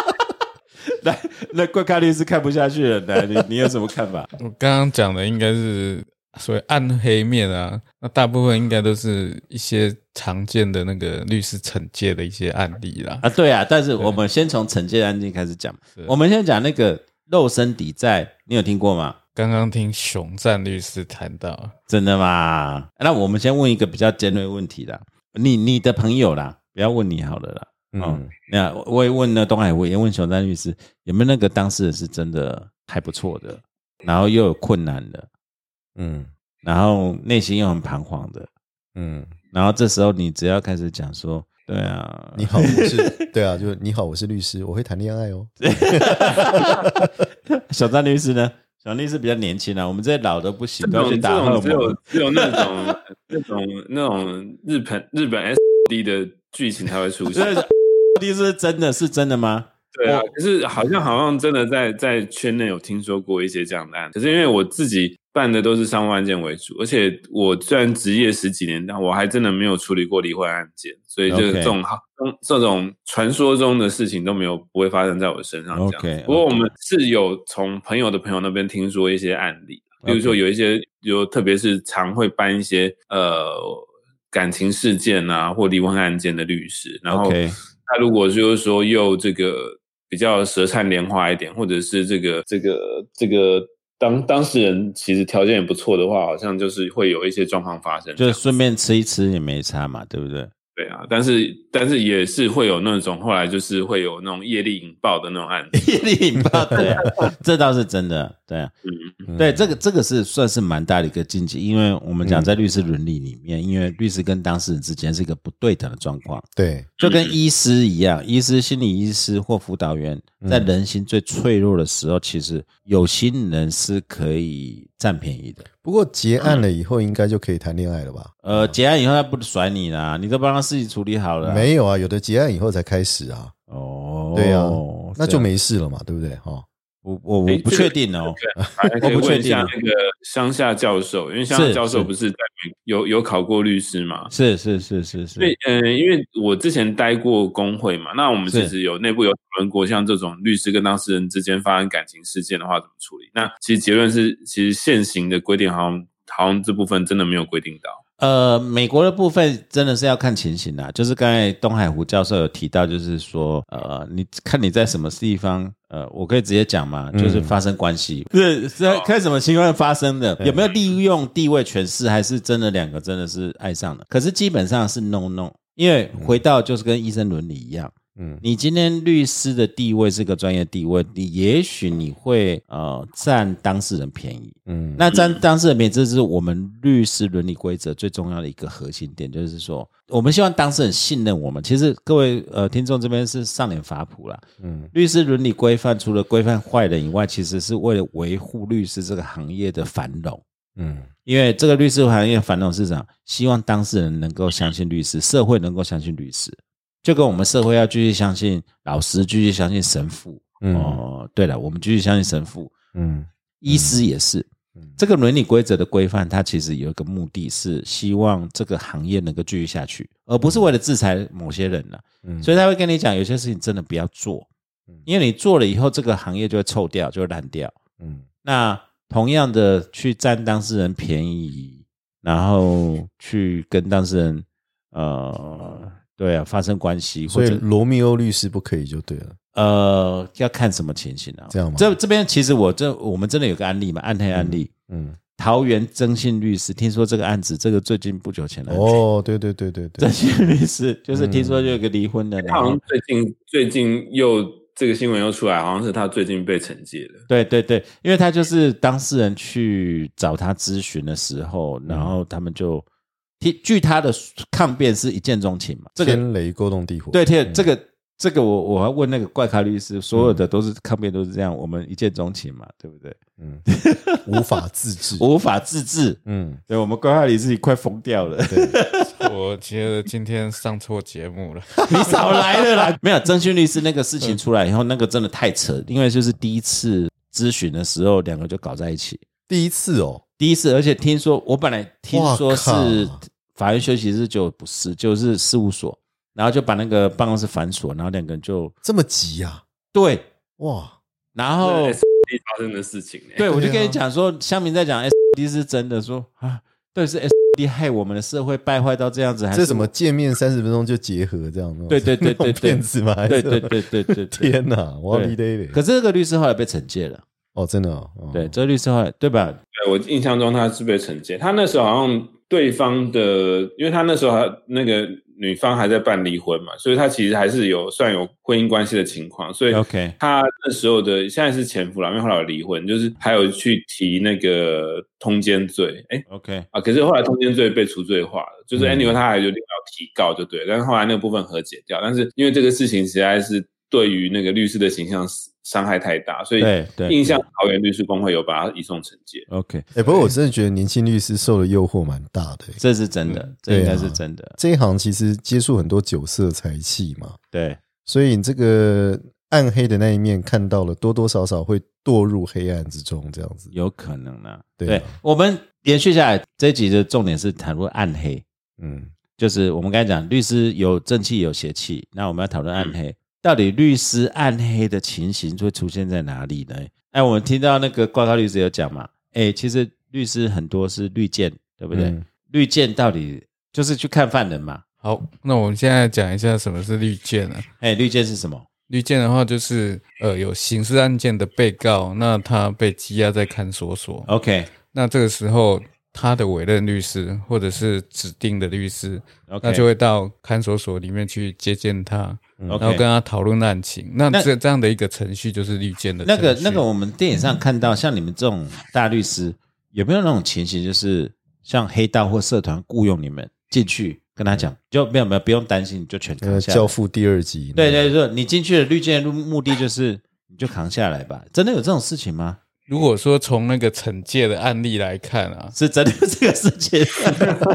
[SPEAKER 2] 来，那怪咖律师看不下去了，来，你你有什么看法？
[SPEAKER 3] 我刚刚讲的应该是所谓暗黑面啊，那大部分应该都是一些常见的那个律师惩戒的一些案例啦。
[SPEAKER 2] 啊，对啊，但是我们先从惩戒案件开始讲
[SPEAKER 3] 是。
[SPEAKER 2] 我们先讲那个肉身抵债，你有听过吗？
[SPEAKER 3] 刚刚听熊赞律师谈到，
[SPEAKER 2] 真的吗？那我们先问一个比较尖锐问题啦，你你的朋友啦，不要问你好了啦。
[SPEAKER 1] 嗯
[SPEAKER 2] 嗯，那我我也问了东海，我也问熊丹律师，有没有那个当事人是真的还不错的，然后又有困难的，
[SPEAKER 1] 嗯
[SPEAKER 2] 然后内心又很彷徨的，
[SPEAKER 1] 嗯，
[SPEAKER 2] 然后这时候你只要开始讲说，对啊，
[SPEAKER 1] 你 好，我是对啊，就是你好，我是律师，我会谈恋爱哦。
[SPEAKER 2] 小张律师呢？小张律师比较年轻啊，我们这些老的不行，
[SPEAKER 4] 这
[SPEAKER 2] 都要去
[SPEAKER 4] 种
[SPEAKER 2] 打荷
[SPEAKER 4] 这
[SPEAKER 2] 尔
[SPEAKER 4] 种只有
[SPEAKER 2] 蒙。
[SPEAKER 4] 只有那种那种那种日本日本 S D 的剧情才会出 现
[SPEAKER 2] 所。以，律师真的是真的吗？
[SPEAKER 4] 对啊，可是好像好像真的在在圈内有听说过一些这样的案，可是因为我自己办的都是商务案件为主，而且我虽然职业十几年，但我还真的没有处理过离婚案件，所以就是
[SPEAKER 2] OK
[SPEAKER 4] 这种这种传说中的事情都没有不会发生在我身上。这样
[SPEAKER 2] OK，OK
[SPEAKER 4] 不过我们是有从朋友的朋友那边听说一些案例，比如说
[SPEAKER 2] OK
[SPEAKER 4] 有一些有特别是常会办一些呃感情事件啊或离婚案件的律师，然后。
[SPEAKER 2] OK
[SPEAKER 4] 他如果就是说又这个比较舌灿莲花一点，或者是这个这个这个当当事人其实条件也不错的话，好像就是会有一些状况发生。
[SPEAKER 2] 就
[SPEAKER 4] 这
[SPEAKER 2] 是
[SPEAKER 4] 样
[SPEAKER 2] 顺便吃一吃也没差嘛，对 不对？
[SPEAKER 4] 对啊，但是但是也是会有那种后来就是会有那种业力引爆的那种案子。
[SPEAKER 2] 业力引爆，对啊、这倒是真的，对、啊，
[SPEAKER 1] 嗯
[SPEAKER 2] 对，这个这个是算是蛮大的一个禁忌，因为我们讲
[SPEAKER 1] 嗯
[SPEAKER 2] 在律师伦理里面，因为律师跟当事人之间是一个不对等的状况，
[SPEAKER 1] 对，
[SPEAKER 2] 就跟医师一样，医师、心理医师或辅导员，
[SPEAKER 1] 嗯
[SPEAKER 2] 在人心最脆弱的时候，其实有心人是可以占便宜的。
[SPEAKER 1] 不过结案了以后，应该就可以谈恋爱了吧？
[SPEAKER 2] 呃，结案以后他不甩你啦，你都帮他事情处理好了啊。
[SPEAKER 1] 没有啊，有的结案以后才开始啊，
[SPEAKER 2] 哦，
[SPEAKER 1] 对啊那就
[SPEAKER 2] 这样
[SPEAKER 1] 没事了嘛，对不对？哈，
[SPEAKER 2] 我我我不确定 哦。
[SPEAKER 4] 啊 还可以
[SPEAKER 2] 我不确
[SPEAKER 4] 问一下
[SPEAKER 2] 定啊
[SPEAKER 4] 那个乡下教授，因为乡下
[SPEAKER 2] 是
[SPEAKER 4] 教授
[SPEAKER 2] 是
[SPEAKER 4] 不是在美有有考过律师嘛？
[SPEAKER 2] 是是是是
[SPEAKER 4] 对
[SPEAKER 2] 是，，
[SPEAKER 4] 嗯、因为我之前待过工会嘛，那我们
[SPEAKER 2] 是
[SPEAKER 4] 其实有内部有讨论过，像这种律师跟当事人之间发生感情事件的话，怎么处理？那其实结论是，其实现行的规定好像好像这部分真的没有规定到。
[SPEAKER 2] 呃，美国的部分真的是要看情形啦，就是刚才东海湖教授有提到，就是说，呃，你看你在什么地方，呃，我可以直接讲嘛，
[SPEAKER 1] 嗯
[SPEAKER 2] 就是发生关系，是是在看什么情况发生的，有没有利用地位权势，还是真的两个真的是爱上了？可是基本上是 no no，因为回到就是跟医生伦理一样，
[SPEAKER 1] 嗯
[SPEAKER 2] 你今天律师的地位是个专业地位，你也许你会呃占当事人便宜，
[SPEAKER 1] 嗯，
[SPEAKER 2] 那当当事人面，这是我们律师伦理规则最重要的一个核心点，就是说，我们希望当事人信任我们。其实各位呃听众这边是上脸法普啦，
[SPEAKER 1] 嗯
[SPEAKER 2] 律师伦理规范除了规范坏人以外，其实是为了维护律师这个行业的繁荣。
[SPEAKER 1] 嗯
[SPEAKER 2] 因为这个律师行业繁荣市场，希望当事人能够相信律师，社会能够相信律师，就跟我们社会要继续相信老师，继续相信神父。
[SPEAKER 1] 嗯
[SPEAKER 2] 哦，对了，我们继续相信神父，
[SPEAKER 1] 嗯
[SPEAKER 2] 医师也是。
[SPEAKER 1] 嗯
[SPEAKER 2] 这个伦理规则的规范，它其实有一个目的是希望这个行业能够继续下去，而不是为了制裁某些人了、
[SPEAKER 1] 嗯，
[SPEAKER 2] 所
[SPEAKER 1] 以
[SPEAKER 2] 以他会跟你讲，有些事情真的不要做
[SPEAKER 1] 嗯，
[SPEAKER 2] 因为你做了以后，这个行业就会臭掉，就会烂掉。
[SPEAKER 1] 嗯
[SPEAKER 2] 那同样的，去占当事人便宜，然后去跟当事人，呃，对啊，发生关系，或
[SPEAKER 1] 所以嗯
[SPEAKER 2] 者
[SPEAKER 1] 罗密欧律师不可以就对了，
[SPEAKER 2] 呃，要看什么情形啊？
[SPEAKER 1] 这样吗
[SPEAKER 2] 这这边其实我这我们真的有个案例嘛，暗黑案例。
[SPEAKER 1] 嗯，
[SPEAKER 2] 桃园征信律师，听说这个案子，这个最近不久前的案子。
[SPEAKER 1] 哦，对对对对对
[SPEAKER 2] 征，信律师就是听说就有个离婚的，然
[SPEAKER 4] 他好
[SPEAKER 2] 后
[SPEAKER 4] 像最近最近又这个新闻又出来，好像是他最近被惩戒了。
[SPEAKER 2] 对对对，因为他就是当事人去找他咨询的时候，然后他们就听据他的抗辩是一见钟情嘛，这个
[SPEAKER 1] 天雷勾动地火，
[SPEAKER 2] 对，天这个这个我我还问那个怪咖律师，所有的都是抗辩都是这样，我们一见钟情嘛，对不对？
[SPEAKER 1] 嗯，无法自制，
[SPEAKER 2] 无法自制，
[SPEAKER 1] 嗯，
[SPEAKER 2] 对我们怪咖律师快疯掉了。
[SPEAKER 3] 我觉得今天上错节目了。
[SPEAKER 2] 你少来了 啦！没有，征询律师那个事情出来以后，那个真的太扯，因为就是第一次咨询的时候，两个就搞在一起。
[SPEAKER 1] 第一次哦，
[SPEAKER 2] 第一次，而且听说我本来听说是
[SPEAKER 1] 哇靠
[SPEAKER 2] 法院休息日就不是，就是事务所，然后就把那个办公室反锁，然后两个人就
[SPEAKER 1] 这么急呀、
[SPEAKER 2] 对，
[SPEAKER 1] 哇，
[SPEAKER 2] 然后
[SPEAKER 4] 这是 SD 发生的事情、欸，
[SPEAKER 2] 哦对我就
[SPEAKER 1] 对
[SPEAKER 2] 跟
[SPEAKER 1] 啊
[SPEAKER 2] 你讲说，香明在讲 S D 是真的说啊，到底是 S D 害我们的社会败坏到这样子，还是
[SPEAKER 1] 这怎么见面三十分钟就结合这样吗？
[SPEAKER 2] 对对对
[SPEAKER 1] 那
[SPEAKER 2] 对对
[SPEAKER 1] 种骗子吗？还
[SPEAKER 2] 对
[SPEAKER 1] 是
[SPEAKER 2] 对对对对对。
[SPEAKER 1] 天哪，我要
[SPEAKER 2] 对
[SPEAKER 1] D Day
[SPEAKER 2] 可是这个律师后来被惩戒了，
[SPEAKER 1] 哦，真的哦，哦
[SPEAKER 2] 对，这个律师后来对吧？
[SPEAKER 4] 对我印象中他是被惩戒，他那时候好像对方的，因为他那时候还那个女方还在办离婚嘛，所以他其实还是有算有婚姻关系的情况，所以
[SPEAKER 2] OK
[SPEAKER 4] 他那时候的现在是前夫了，因为后来有离婚，就是还有去提那个通奸罪，哎
[SPEAKER 2] OK，
[SPEAKER 4] 啊，可是后来通奸罪被除罪化了，就是
[SPEAKER 2] 嗯
[SPEAKER 4] anyway 他还有另外提告就对了，但是后来那个部分和解掉，但是因为这个事情实在是对于那个律师的形象伤害太大，所以
[SPEAKER 2] 对对
[SPEAKER 4] 印象桃园律师工会有把他移送惩戒。
[SPEAKER 2] OK，
[SPEAKER 1] 哎，不过我真的觉得年轻律师受的诱惑蛮大的。
[SPEAKER 2] 这是真的，这
[SPEAKER 1] 对
[SPEAKER 2] 应该
[SPEAKER 1] 啊
[SPEAKER 2] 是真的，
[SPEAKER 1] 这一行其实接触很多酒色财气嘛，
[SPEAKER 2] 对
[SPEAKER 1] 所以你这个暗黑的那一面看到了，多多少少会堕入黑暗之中，这样子。
[SPEAKER 2] 有可能呢。
[SPEAKER 1] 对啊
[SPEAKER 2] 我们延续下来，这一集的重点是谈论暗黑，
[SPEAKER 1] 嗯，
[SPEAKER 2] 就是我们刚才讲，律师有正气有邪气，那我们要讨论暗黑，
[SPEAKER 1] 嗯
[SPEAKER 2] 到底律师暗黑的情形会出现在哪里呢？哎，我们听到那个挂靠律师有讲嘛，哎，其实律师很多是律见，对不对？
[SPEAKER 1] 嗯
[SPEAKER 2] 律见到底就是去看犯人嘛？
[SPEAKER 3] 好，那我们现在讲一下什么是绿箭啊？
[SPEAKER 2] 哎，律见是什么？
[SPEAKER 3] 绿箭的话就是呃有刑事案件的被告，那他被羁押在看守所，
[SPEAKER 2] OK
[SPEAKER 3] 那这个时候他的委任律师或者是指定的律师，
[SPEAKER 2] OK，嗯
[SPEAKER 3] 那就会到看守所里面去接见他，然
[SPEAKER 2] OK
[SPEAKER 3] 后跟他讨论案情。那
[SPEAKER 2] 那
[SPEAKER 3] 这这样的一个程序就是绿箭的
[SPEAKER 2] 那个
[SPEAKER 3] 程序
[SPEAKER 2] 那个，我们电影上看到，像你们这种大律师，有没有那种情形，就是像黑道或社团雇佣你们进去，跟他讲，就没有没有不用担心，你就全
[SPEAKER 1] 那个
[SPEAKER 2] 扛
[SPEAKER 1] 《
[SPEAKER 2] 下
[SPEAKER 1] 教
[SPEAKER 2] 来。
[SPEAKER 1] 父》第二集，
[SPEAKER 2] 对，对对，你进去的绿箭的目目的就是你就扛下来吧。真的有这种事情吗？，
[SPEAKER 3] 如果说从那个惩戒的案例来看啊
[SPEAKER 2] 是真的有这个事情？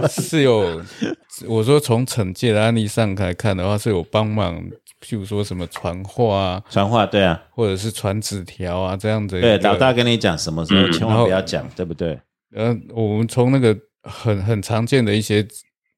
[SPEAKER 3] 是有我说从惩戒的案例上来看的话，是有帮忙，譬如说什么传话啊，
[SPEAKER 2] 传话对啊，
[SPEAKER 3] 或者是传纸条啊这样的一
[SPEAKER 2] 对
[SPEAKER 3] 个。
[SPEAKER 2] 老大跟你讲什么时候
[SPEAKER 4] 嗯
[SPEAKER 2] 千万不要讲，对不对？
[SPEAKER 3] 呃，我们从那个很很常见的一些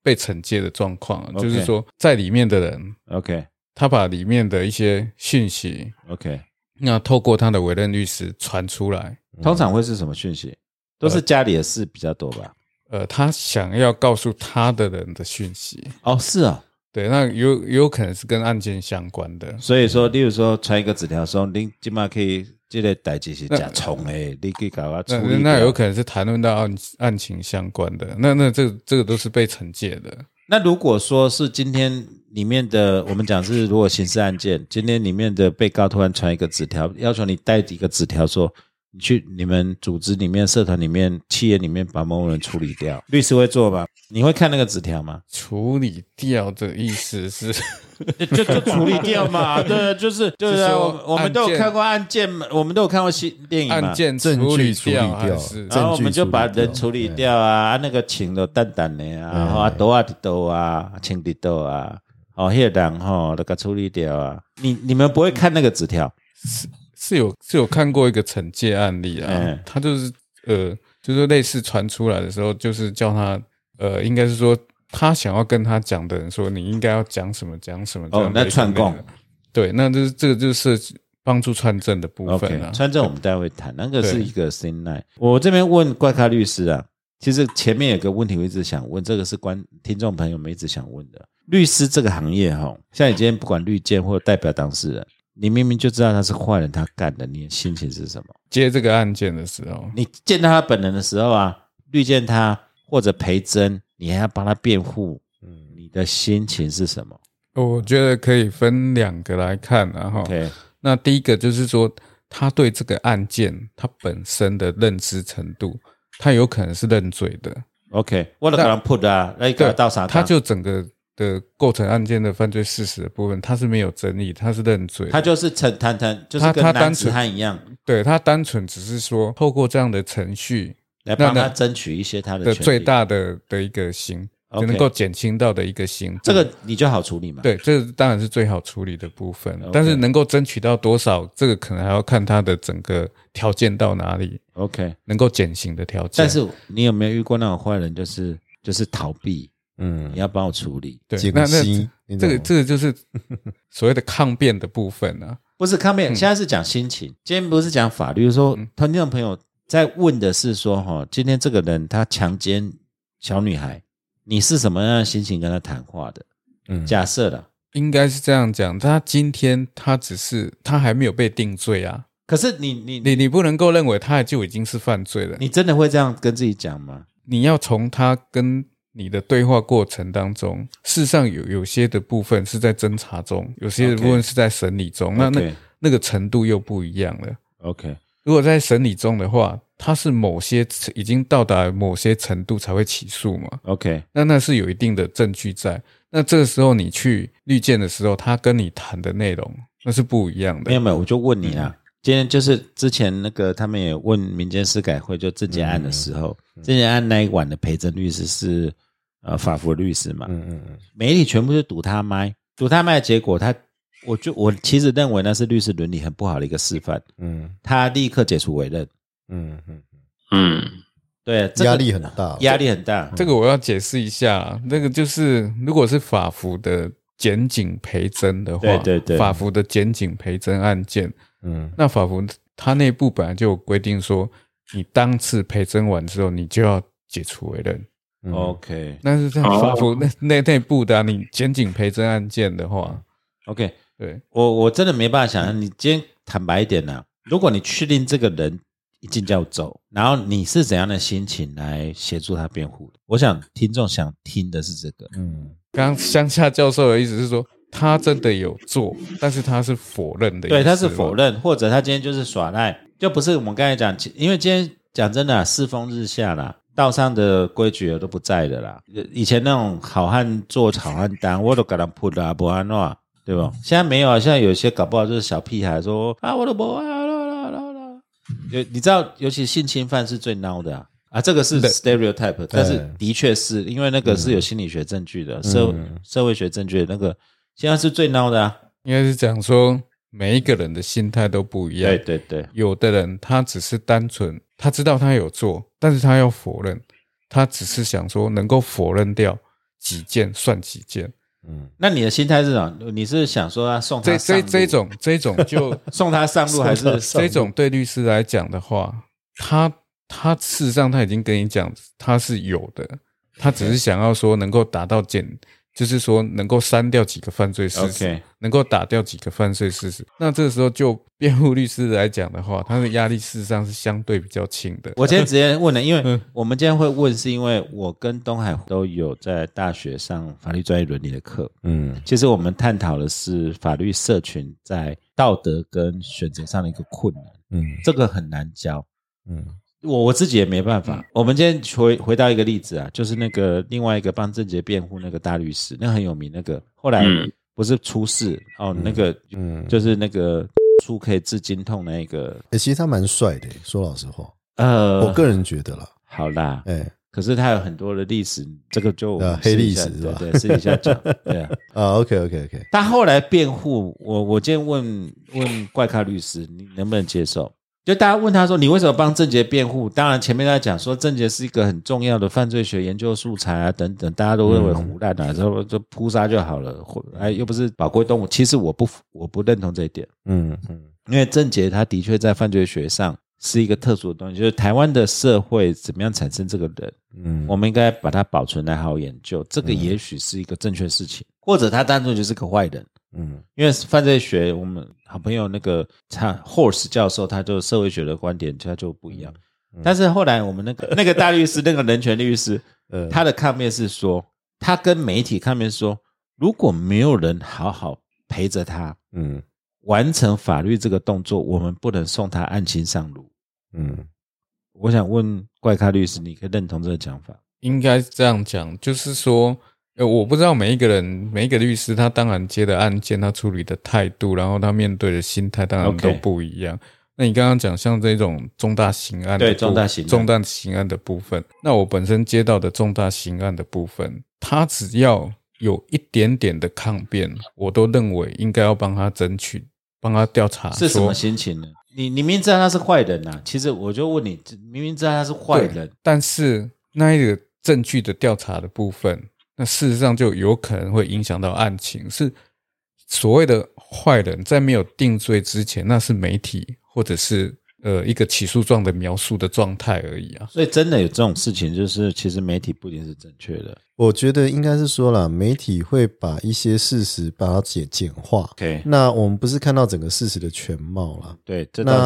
[SPEAKER 3] 被惩戒的状况啊，
[SPEAKER 2] OK
[SPEAKER 3] 就是说在里面的人，
[SPEAKER 2] OK
[SPEAKER 3] 他把里面的一些讯息，
[SPEAKER 2] OK，
[SPEAKER 3] 那透过他的委任律师传出来，
[SPEAKER 2] 通常会是什么讯息？都是家里的事比较多吧？
[SPEAKER 3] 呃，他想要告诉他的人的讯息，
[SPEAKER 2] 哦，是啊、
[SPEAKER 3] 对，那有也有可能是跟案件相关的，
[SPEAKER 2] 所以说，例如说传一个纸条说，您今晚可以这个代志是假冲诶，你可以搞啊处
[SPEAKER 3] 那
[SPEAKER 2] 理掉。
[SPEAKER 3] 那有可能是谈论到案案情相关的，那那这这个都是被惩戒的，
[SPEAKER 2] 那如果说是今天里面的，我们讲是如果刑事案件，今天里面的被告突然传一个纸条，要求你带一个纸条说，你去你们组织里面、社团里面、企业里面把某某人处理 掉，律师会做吗？你会看那个纸条吗？
[SPEAKER 3] 处理掉的意思是
[SPEAKER 2] 就就处理掉 嘛，对，就是对
[SPEAKER 3] 就是
[SPEAKER 2] 啊，
[SPEAKER 3] 说
[SPEAKER 2] 我我们都
[SPEAKER 3] 案
[SPEAKER 2] 有
[SPEAKER 3] 件
[SPEAKER 2] 看过案件嘛，我们都有看过新电影嘛，
[SPEAKER 3] 案件
[SPEAKER 1] 证
[SPEAKER 3] 处
[SPEAKER 1] 据
[SPEAKER 3] 理
[SPEAKER 1] 处理掉
[SPEAKER 3] 还是
[SPEAKER 1] 证
[SPEAKER 2] 然后我
[SPEAKER 1] 据
[SPEAKER 2] 们就
[SPEAKER 1] 处理
[SPEAKER 2] 把
[SPEAKER 1] 掉
[SPEAKER 2] 人处理
[SPEAKER 1] 对
[SPEAKER 2] 掉啊，啊那个请的蛋蛋的啊，然后啊豆啊的豆啊，请的豆啊，哦，那个人吼那个处理掉啊。你你们不会看那个纸条？
[SPEAKER 3] 是有是有看过一个惩戒案例啊
[SPEAKER 2] 嗯，
[SPEAKER 3] 他就是呃，就是类似传出来的时候，就是叫他呃，应该是说他想要跟他讲的人说，你应该要讲什么讲什么这
[SPEAKER 2] 哦
[SPEAKER 3] 样的
[SPEAKER 2] 那串供
[SPEAKER 3] 一个内容，对，那就是这个就是涉及帮助串证的部
[SPEAKER 2] OK，
[SPEAKER 3] 分啊。
[SPEAKER 2] 川正我们待会谈，那个
[SPEAKER 3] 对
[SPEAKER 2] 是一个 s i n line。我这边问怪咖律师啊，其实前面有个问题我一直想问，这个是观听众朋友们一直想问的。律师这个行业哈，像你今天不管律见或代表当事人，你明明就知道他是坏人，他干的，你的心情是什么？
[SPEAKER 3] 接这个案件的时候，
[SPEAKER 2] 你见到他本人的时候啊，遇见他或者陪真，你还要帮他辩护，嗯，你的心情是什么
[SPEAKER 3] 我觉得可以分两个来看啊，然后
[SPEAKER 2] ？OK，
[SPEAKER 3] 那第一个就是说，他对这个案件他本身的认知程度，他有可能是认罪的，
[SPEAKER 2] OK，我都给他 put 啊，那个到啥？
[SPEAKER 3] 他就整个的构成案件的犯罪事实的部分，他是没有争议，他是认罪的，
[SPEAKER 2] 他就是陈谈谈，就是跟
[SPEAKER 3] 他
[SPEAKER 2] 男
[SPEAKER 3] 单
[SPEAKER 2] 子
[SPEAKER 3] 纯
[SPEAKER 2] 汉一样，
[SPEAKER 3] 对他单纯只是说透过这样的程序
[SPEAKER 2] 来帮
[SPEAKER 3] 那
[SPEAKER 2] 他
[SPEAKER 3] 那
[SPEAKER 2] 争取一些他的
[SPEAKER 3] 的
[SPEAKER 2] 权利
[SPEAKER 3] 最。大的的一个刑，
[SPEAKER 2] OK
[SPEAKER 3] 就能够减轻到的一个刑，
[SPEAKER 2] 这个。你就好处理嘛？，
[SPEAKER 3] 对，这个当然是最好处理的部分
[SPEAKER 2] OK
[SPEAKER 3] 但是能够争取到多少，这个可能还要看他的整个条件到哪里，
[SPEAKER 2] ，OK。
[SPEAKER 3] 能够减刑的条件。
[SPEAKER 2] 但是你有没有遇过那种坏人，就是就是逃避，
[SPEAKER 1] 嗯
[SPEAKER 2] 你，要帮我处理，
[SPEAKER 3] 对
[SPEAKER 1] 解，
[SPEAKER 3] 那
[SPEAKER 1] 个心
[SPEAKER 3] 那这
[SPEAKER 1] 那
[SPEAKER 3] 个
[SPEAKER 1] 种
[SPEAKER 3] 这个就是所谓的抗辩的部分啊。
[SPEAKER 2] 不是抗辩，现在是讲心情。今天不是讲法律，说听众朋友在问的是说，哈，今天这个人他强奸小女孩，你是什么样的心情跟他谈话的？
[SPEAKER 1] 嗯
[SPEAKER 2] 假设了，
[SPEAKER 3] 应该是这样讲。他今天他只是他还没有被定罪啊，
[SPEAKER 2] 可是你你你
[SPEAKER 3] 你你不能够认为他就已经是犯罪了。你
[SPEAKER 2] 你真的会这样跟自己讲吗？
[SPEAKER 3] 你要从他跟你的对话过程当中，事实上有有些的部分是在侦查中，有些的
[SPEAKER 2] OK
[SPEAKER 3] 部分是在审理中。那
[SPEAKER 2] OK
[SPEAKER 3] 那那个程度又不一样了。
[SPEAKER 2] OK，
[SPEAKER 3] 如果在审理中的话，他是某些已经到达某些程度才会起诉嘛？
[SPEAKER 2] OK，
[SPEAKER 3] 那那是有一定的证据在。那这个时候你去律见的时候，他跟你谈的内容那是不一样
[SPEAKER 2] 没有
[SPEAKER 3] 的。
[SPEAKER 2] 没有，我就问你啦。今天就是之前那个他们也问民间司改会就郑捷案的时候，郑捷案那一晚的陪诊律师是呃法服律师嘛，
[SPEAKER 1] 嗯嗯嗯，
[SPEAKER 2] 媒体全部是堵他麦，堵他麦的结果他。我就我其实认为那是律师伦理很不好的一个示范，
[SPEAKER 1] 嗯
[SPEAKER 2] 他立刻解除委任，
[SPEAKER 1] 嗯嗯，
[SPEAKER 4] 嗯，
[SPEAKER 2] 对，这个
[SPEAKER 1] 压力很大，
[SPEAKER 2] 压力很大，
[SPEAKER 3] 这个我要解释一下，那个就是如果是法服的检警陪侦的话，
[SPEAKER 2] 对对对
[SPEAKER 3] 法服的检警陪侦案件，
[SPEAKER 1] 嗯
[SPEAKER 3] 那法服它内部本来就有规定说，你当次陪侦完之后，你就要解除委任。
[SPEAKER 1] 嗯
[SPEAKER 2] OK
[SPEAKER 3] 但是在
[SPEAKER 4] 哦
[SPEAKER 3] 法服内内内部的、啊，你检警陪侦案件的话，
[SPEAKER 2] OK，
[SPEAKER 3] 对，
[SPEAKER 2] 我我真的没办法想象，你今天坦白一点呐、如果你确定这个人一进就要走，然后你是怎样的心情来协助他辩护的？我想听众想听的是这个，
[SPEAKER 1] 嗯
[SPEAKER 3] 刚刚乡下教授的意思是说，他真的有做，但是他是否认的，
[SPEAKER 2] 对，他是否。认，或者他今天就是耍赖，就不是我们刚才讲，因为今天讲真的、啊，世风日下啦，道上的规矩都不在的啦。以前那种好汉做好汉当，我都给他扑啦不安诺，对吧？现在没有啊，现在有些搞不好就是小屁孩说啊，我都不啊啦啦啦啦。有你知道，尤其性侵犯是最孬的啊。啊，这个是 stereotype，但是的确是因为那个是有心理学证据的，社社会学证据的那个，现在是最孬的啊。
[SPEAKER 3] 应该是讲说，每一个人的心态都不一样。
[SPEAKER 2] 对对对，
[SPEAKER 3] 有的人他只是单纯，他知道他有做，但是他要否认，他只是想说能够否认掉几件算几件。
[SPEAKER 1] 嗯
[SPEAKER 2] 那你的心态是什么？你是想说他送
[SPEAKER 3] 这
[SPEAKER 2] 哦他上
[SPEAKER 3] 这
[SPEAKER 2] 路
[SPEAKER 3] 这种这种就
[SPEAKER 2] 送他上路，还是
[SPEAKER 3] 这 种对律师来讲的话，他他事实上他已经跟你讲他是有的，他只是想要说能够达到减，就是说能够删掉几个犯罪事实
[SPEAKER 2] OK
[SPEAKER 3] 能够打掉几个犯罪事实。那这个时候就辩护律师来讲的话，他的压力事实上是相对比较轻的。
[SPEAKER 2] 我今天直接问了，因为
[SPEAKER 3] 嗯
[SPEAKER 2] 我们今天会问，是因为我跟东海都有在大学上法律专业伦理的课。
[SPEAKER 1] 嗯
[SPEAKER 2] 其实我们探讨的是法律社群在道德跟选择上的一个困难，
[SPEAKER 1] 嗯
[SPEAKER 2] 这个很难教。
[SPEAKER 1] 嗯
[SPEAKER 2] 我我自己也没办
[SPEAKER 3] 嗯
[SPEAKER 2] 法。我们今天回回到一个例子啊，就是那个另外一个帮郑杰辩护那个大律师，那很有名，那个后来
[SPEAKER 4] 嗯
[SPEAKER 2] 不是出事哦，那个
[SPEAKER 1] 嗯，
[SPEAKER 2] 就是那个出可以治经痛那一个，
[SPEAKER 1] 欸其实他蛮帅的，说老实话，
[SPEAKER 2] 呃，
[SPEAKER 1] 我个人觉得啦，
[SPEAKER 2] 好啦，
[SPEAKER 1] 哎
[SPEAKER 2] 可是他有很多的历史，这个就我们
[SPEAKER 1] 啊黑
[SPEAKER 2] 私底
[SPEAKER 1] 历
[SPEAKER 2] 下
[SPEAKER 1] 史是吧
[SPEAKER 2] 对对，私底下 讲，对啊。
[SPEAKER 1] 啊，OK OK OK，
[SPEAKER 2] 他后来辩护，我我今天问问怪咖律师，你能不能接受？就大家问他说，你为什么帮郑杰辩护？当然前面他讲说，郑杰是一个很重要的犯罪学研究素材啊，等等，大家都
[SPEAKER 1] 嗯
[SPEAKER 2] 认为胡乱啊，说、就扑杀就好了，或哎又不是宝贵动物。其实我不我不认同这一点。
[SPEAKER 1] 嗯嗯
[SPEAKER 2] 因为郑杰他的确在犯罪学上是一个特殊的东西，就是台湾的社会怎么样产生这个人，
[SPEAKER 1] 嗯，
[SPEAKER 2] 我们应该把它保存来好好研究。这个也许是一个正确事情，或者他单纯就是个坏人。
[SPEAKER 1] 嗯
[SPEAKER 2] 因为犯罪学，我们好朋友那个他 Horse 教授，他就社会学的观点，他就不一样。
[SPEAKER 1] 嗯
[SPEAKER 2] 但是后来我们那 个那个大律师，那个人权律师，
[SPEAKER 1] 呃
[SPEAKER 2] 他的抗辩是说，他跟媒体抗辩说，如果没有人好好陪着他，
[SPEAKER 1] 嗯
[SPEAKER 2] 完成法律这个动作，我们不能送他案情上路。
[SPEAKER 1] 嗯
[SPEAKER 2] 我想问怪咖律师，你可以认同这个讲法？
[SPEAKER 3] 应该是这样讲，就是说，呃，我不知道每一个人、每一个律师，他当然接的案件，他处理的态度，然后他面对的心态，当然
[SPEAKER 2] OK
[SPEAKER 3] 都不一样。那你刚刚讲像这种重大刑案的
[SPEAKER 2] 对
[SPEAKER 3] 部
[SPEAKER 2] 重大刑案
[SPEAKER 3] 重大刑案的部分，那我本身接到的重大刑案的部分，他只要有一点点的抗辩，我都认为应该要帮他争取，帮他调查
[SPEAKER 2] 是什么
[SPEAKER 3] 啊说
[SPEAKER 2] 心情呢？你你明知道他是坏人呐、啊其实我就问你，明明知道他是坏人，
[SPEAKER 3] 但是那一个证据的调查的部分，那事实上就有可能会影响到案情。是所谓的坏人，在没有定罪之前，那是媒体或者是呃一个起诉状的描述的状态而已啊。
[SPEAKER 2] 所以真的有这种事情，就是其实媒体不一定是正确的。
[SPEAKER 1] 我觉得应该是说啦，媒体会把一些事实把它简简化。
[SPEAKER 2] OK，
[SPEAKER 1] 那我们不是看到整个事实的全貌啦。
[SPEAKER 2] 对，这
[SPEAKER 1] 那
[SPEAKER 2] 倒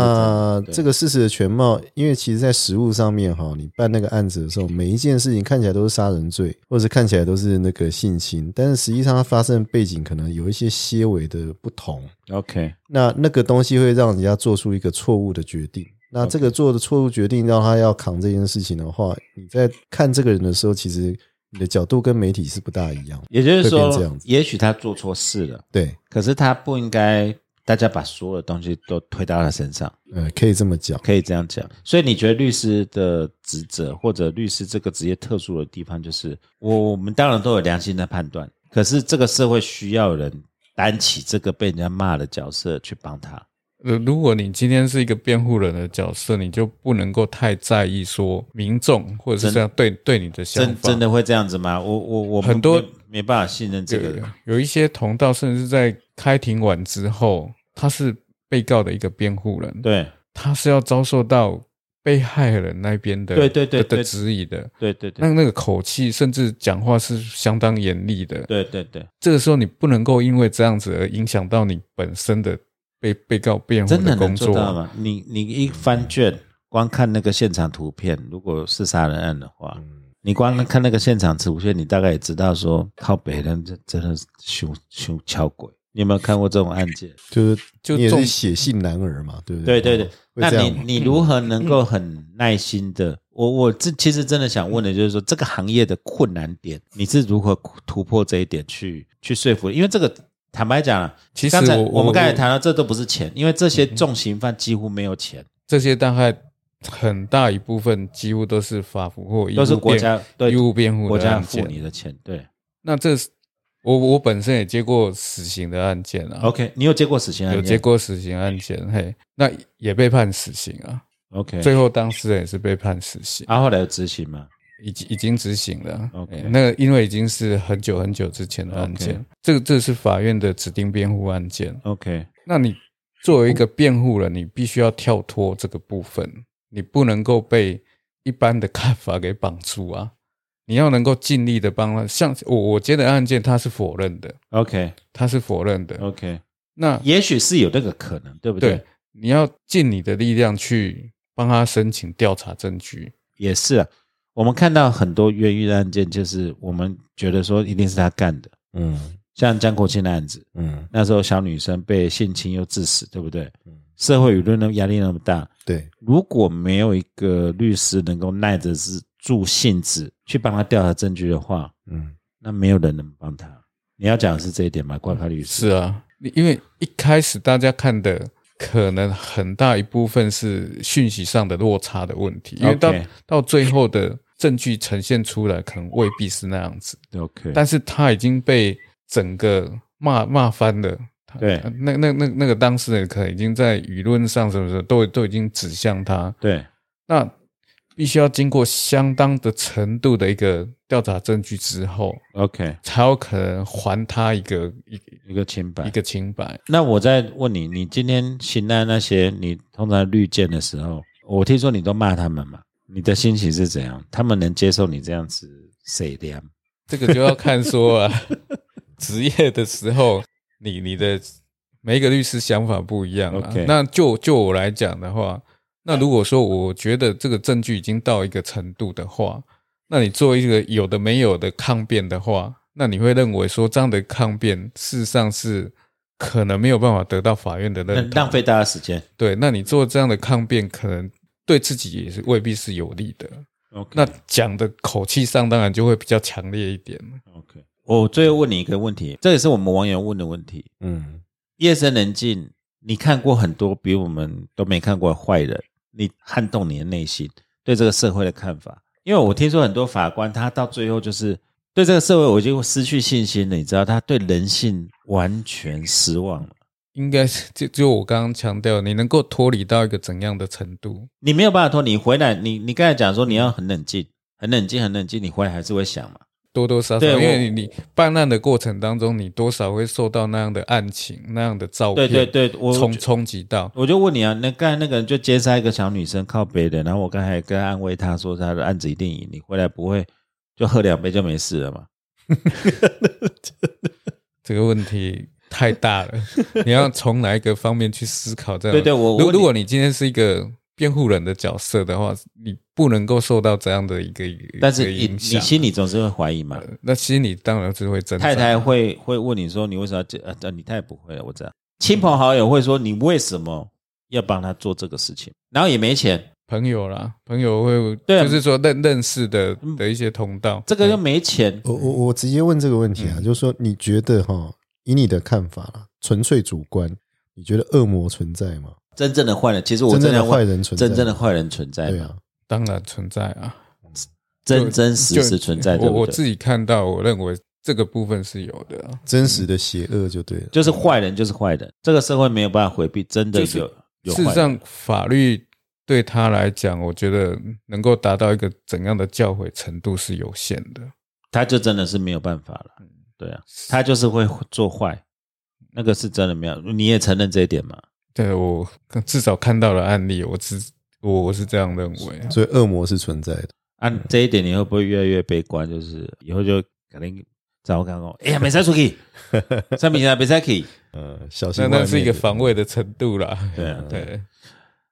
[SPEAKER 2] 是真的
[SPEAKER 1] 这个事实的全貌，因为其实，在实物上面哈，你办那个案子的时候，每一件事情看起来都是杀人罪，或者是看起来都是那个性侵，但是实际上它发生的背景可能有一些些微的不同。
[SPEAKER 2] 对 OK，
[SPEAKER 1] 那那个东西会让人家做出一个错误的决定。那这个做的错误决定让他要扛这件事情的话，你在看这个人的时候，其实你的角度跟媒体是不大一样。
[SPEAKER 2] 也就是
[SPEAKER 1] 会变这
[SPEAKER 2] 说
[SPEAKER 1] 样，子
[SPEAKER 2] 也许他做错事了，
[SPEAKER 1] 对，
[SPEAKER 2] 可是他不应该大家把所有的东西都推到他身上，
[SPEAKER 1] 呃，可以这么讲。
[SPEAKER 2] 可以这样讲。所以你觉得律师的职责或者律师这个职业特殊的地方，就是我我们当然都有良心的判断，可是这个社会需要有人担起这个被人家骂的角色去帮他。
[SPEAKER 3] 呃，如果你今天是一个辩护人的角色，你就不能够太在意说民众或者是这样对对你的想
[SPEAKER 2] 真
[SPEAKER 3] 法。
[SPEAKER 2] 真的会这样子吗？我我我们
[SPEAKER 3] 很多
[SPEAKER 2] 没没办法信任这个人。
[SPEAKER 3] 有有一些同道，甚至在开庭完之后，他是被告的一个辩护人，
[SPEAKER 2] 对
[SPEAKER 3] 他是要遭受到被害人那边的
[SPEAKER 2] 对对对
[SPEAKER 3] 的
[SPEAKER 2] 对
[SPEAKER 3] 的质疑的。
[SPEAKER 2] 对对对
[SPEAKER 3] 那那个口气，甚至讲话是相当严厉的。
[SPEAKER 2] 对对对，
[SPEAKER 3] 这个时候你不能够因为这样子而影响到你本身的被被告辩护
[SPEAKER 2] 真的
[SPEAKER 3] 工
[SPEAKER 2] 能
[SPEAKER 3] 作
[SPEAKER 2] 做到吗？你你一翻卷，光看那个现场图片，如果是杀人案的话，你光看那个现场图片，你大概也知道说靠北人这真的是凶凶敲鬼。你有没有看过这种案件？
[SPEAKER 1] 就是
[SPEAKER 3] 就
[SPEAKER 1] 你也
[SPEAKER 3] 重
[SPEAKER 1] 是血性男儿嘛，对不
[SPEAKER 2] 对
[SPEAKER 1] 对？哦
[SPEAKER 2] 对对，那
[SPEAKER 1] 会这
[SPEAKER 2] 你
[SPEAKER 1] 样吗
[SPEAKER 2] 你如何能够很耐心的？我我这其实真的想问的就是说，这个行业的困难点，你是如何突破这一点去去说服？因为这个坦白讲啊，
[SPEAKER 3] 其实
[SPEAKER 2] 刚才
[SPEAKER 3] 我
[SPEAKER 2] 我们
[SPEAKER 3] 我
[SPEAKER 2] 刚才谈到，这都不是钱，因为这些重刑犯几乎没有钱，
[SPEAKER 3] 这些大概很大一部分几乎都是法服或
[SPEAKER 2] 都是国家对
[SPEAKER 3] 义务辩护
[SPEAKER 2] 国
[SPEAKER 3] 的
[SPEAKER 2] 家
[SPEAKER 3] 案
[SPEAKER 2] 付你
[SPEAKER 3] 件。
[SPEAKER 2] 的钱。对
[SPEAKER 3] 那这是我我本身也接过死刑的案件啊
[SPEAKER 2] ，OK，你有接过死刑案
[SPEAKER 3] 有
[SPEAKER 2] 件？
[SPEAKER 3] 接过死刑案件，嘿，那也被判死刑啊。
[SPEAKER 2] OK，
[SPEAKER 3] 最后当事人也是被判死刑，
[SPEAKER 2] 啊，后来有执行吗？
[SPEAKER 3] 已经已经执行了。
[SPEAKER 2] OK
[SPEAKER 3] 哎那个因为已经是很久很久之前的案件
[SPEAKER 2] OK，
[SPEAKER 3] 这个这是法院的指定辩护案件。
[SPEAKER 2] OK，
[SPEAKER 3] 那你作为一个辩护人，你必须要跳脱这个部分，你不能够被一般的看法给绑住啊！你要能够尽力的帮他。像我我接的案件，他是否认的，
[SPEAKER 2] OK，OK，、
[SPEAKER 3] 他是否认的。那
[SPEAKER 2] 也许是有那个可能，对不哦对？
[SPEAKER 3] 对，你要尽你的力量去帮他申请调查证据。
[SPEAKER 2] 也是、啊，我们看到很多越狱的案件，就是我们觉得说一定是他干的，
[SPEAKER 1] 嗯
[SPEAKER 2] 像江国庆的案子，
[SPEAKER 1] 嗯，
[SPEAKER 2] 那时候小女生被性侵又致死，对不对
[SPEAKER 1] 嗯？
[SPEAKER 2] 社会舆论的压力那么大，
[SPEAKER 1] 对，
[SPEAKER 2] 如果没有一个律师能够耐得住性子去帮他调查证据的话，
[SPEAKER 1] 嗯
[SPEAKER 2] 那没有人能帮他。你要讲的是这一点吗？挂科律师
[SPEAKER 3] 嗯是啊，你因为一开始大家看的可能很大一部分是讯息上的落差的问题，因为到
[SPEAKER 2] OK
[SPEAKER 3] 到最后的证据呈现出来，可能未必是那样子，
[SPEAKER 2] ，OK，
[SPEAKER 3] 但是他已经被整个骂骂翻了。他
[SPEAKER 2] 对
[SPEAKER 3] 那那那那个当事人可能已经在舆论上什么什么都都已经指向他，
[SPEAKER 2] 对
[SPEAKER 3] 那必须要经过相当的程度的一个调查证据之后，
[SPEAKER 2] ，OK，
[SPEAKER 3] 才有可能还他一个一
[SPEAKER 2] 一个清白
[SPEAKER 3] 一。个清白。
[SPEAKER 2] 那我再问你，你今天刑案那些，你通常绿箭的时候，我听说你都骂他们嘛？你的心情是怎样？他们能接受你这样子谁的呀？
[SPEAKER 3] 这个就要看说啊， 职业的时候，你你的每一个律师想法不一样啊。
[SPEAKER 2] OK
[SPEAKER 3] 那就就我来讲的话，那如果说我觉得这个证据已经到一个程度的话，那你做一个有的没有的抗辩的话，那你会认为说这样的抗辩事实上是可能没有办法得到法院的
[SPEAKER 2] 那
[SPEAKER 3] 认同，
[SPEAKER 2] 浪费大家时间。
[SPEAKER 3] 对，那你做这样的抗辩，可能对自己也是未必是有利的。
[SPEAKER 2] OK，
[SPEAKER 3] 那讲的口气上，当然就会比较强烈一点。
[SPEAKER 2] OK，我最后问你一个问题，这也是我们网友问的问题。
[SPEAKER 1] 嗯，
[SPEAKER 2] 夜深人静，你看过很多比我们都没看过的坏人，你撼动你的内心对这个社会的看法。因为我听说很多法官，他到最后就是对这个社会，我就失去信心了，你知道，他对人性完全失望了。
[SPEAKER 3] 应该是就就我刚刚强调，你能够脱离到一个怎样的程度？
[SPEAKER 2] 你没有办法脱，你回来，你你刚才讲说你要很冷静，很冷静，很冷静，你回来还是会想嘛？
[SPEAKER 3] 多多少少，
[SPEAKER 2] 对
[SPEAKER 3] 因
[SPEAKER 2] 我
[SPEAKER 3] 为你你办案的过程当中，你多少会受到那样的案情、那样的照
[SPEAKER 2] 对
[SPEAKER 3] 片，
[SPEAKER 2] 对对，我
[SPEAKER 3] 冲冲击到。
[SPEAKER 2] 我就问你啊，那刚才那个人就接杀一个小女生靠北的，然后我刚才跟安慰她说她的案子一定赢，你回来不会就喝两杯就没事了嘛？
[SPEAKER 3] 这个问题太大 了，你要从哪一个方面去思考？这样
[SPEAKER 2] 对对我我
[SPEAKER 3] 如
[SPEAKER 2] 问你
[SPEAKER 3] 啊如果你今天是一个辩护人的角色的话，你不能够受到这样的一个，
[SPEAKER 2] 但是
[SPEAKER 3] 一
[SPEAKER 2] 你你
[SPEAKER 3] 个影响。呃
[SPEAKER 2] 心里总是会怀疑嘛。
[SPEAKER 3] 那心里当然是会挣扎。
[SPEAKER 2] 太太会会问你说你为什么要这呃呃，你太不会了，我知道。亲朋好友会说你为什么要帮他做这个事情，然后也没钱，
[SPEAKER 3] 朋友啦，朋友会
[SPEAKER 2] 对啊嗯
[SPEAKER 3] 就是说认认识的的一些同道，
[SPEAKER 2] 这个又没钱，
[SPEAKER 3] 哦
[SPEAKER 1] 我我我直接问这个问题啊，就是说你觉得哈，以你的看法啦，纯粹主观，你觉得恶魔存在吗？
[SPEAKER 2] 真正的坏人，其实我
[SPEAKER 1] 真正的
[SPEAKER 2] 要问
[SPEAKER 1] 坏人存在吗
[SPEAKER 2] 真正的坏人存在
[SPEAKER 1] 对
[SPEAKER 2] 吗？
[SPEAKER 1] 啊，
[SPEAKER 3] 当然存在啊，
[SPEAKER 2] 真真实
[SPEAKER 3] 就
[SPEAKER 2] 实存在，对
[SPEAKER 3] 我
[SPEAKER 2] 不
[SPEAKER 3] 我
[SPEAKER 2] 对
[SPEAKER 3] 自己看到，我认为这个部分是有的啊、
[SPEAKER 1] 真实的邪恶就对了。
[SPEAKER 2] 就是坏人就是坏人，这个社会没有办法回避，真的有、
[SPEAKER 3] 就是
[SPEAKER 2] 有坏
[SPEAKER 3] 事
[SPEAKER 2] 人
[SPEAKER 3] 实上，法律对他来讲，我觉得能够达到一个怎样的教诲程度是有限的。
[SPEAKER 2] 他就真的是没有办法
[SPEAKER 3] 嗯
[SPEAKER 2] 了，对啊，他就是会做坏，那个是真的没有，你也承认这一点嘛？
[SPEAKER 3] 对我至少看到了案例，我是我我是这样认为啊。
[SPEAKER 1] 所以恶魔是存在的，
[SPEAKER 2] 啊，这一点你会不会越来越悲观？就是以后就可能找我刚刚，哎呀，没使出去，上面啊，没使去
[SPEAKER 1] 呃，小心外
[SPEAKER 3] 那
[SPEAKER 1] 面
[SPEAKER 3] 那
[SPEAKER 1] 的
[SPEAKER 3] 是一个防卫的程度啦。
[SPEAKER 2] 对啊对
[SPEAKER 3] 对，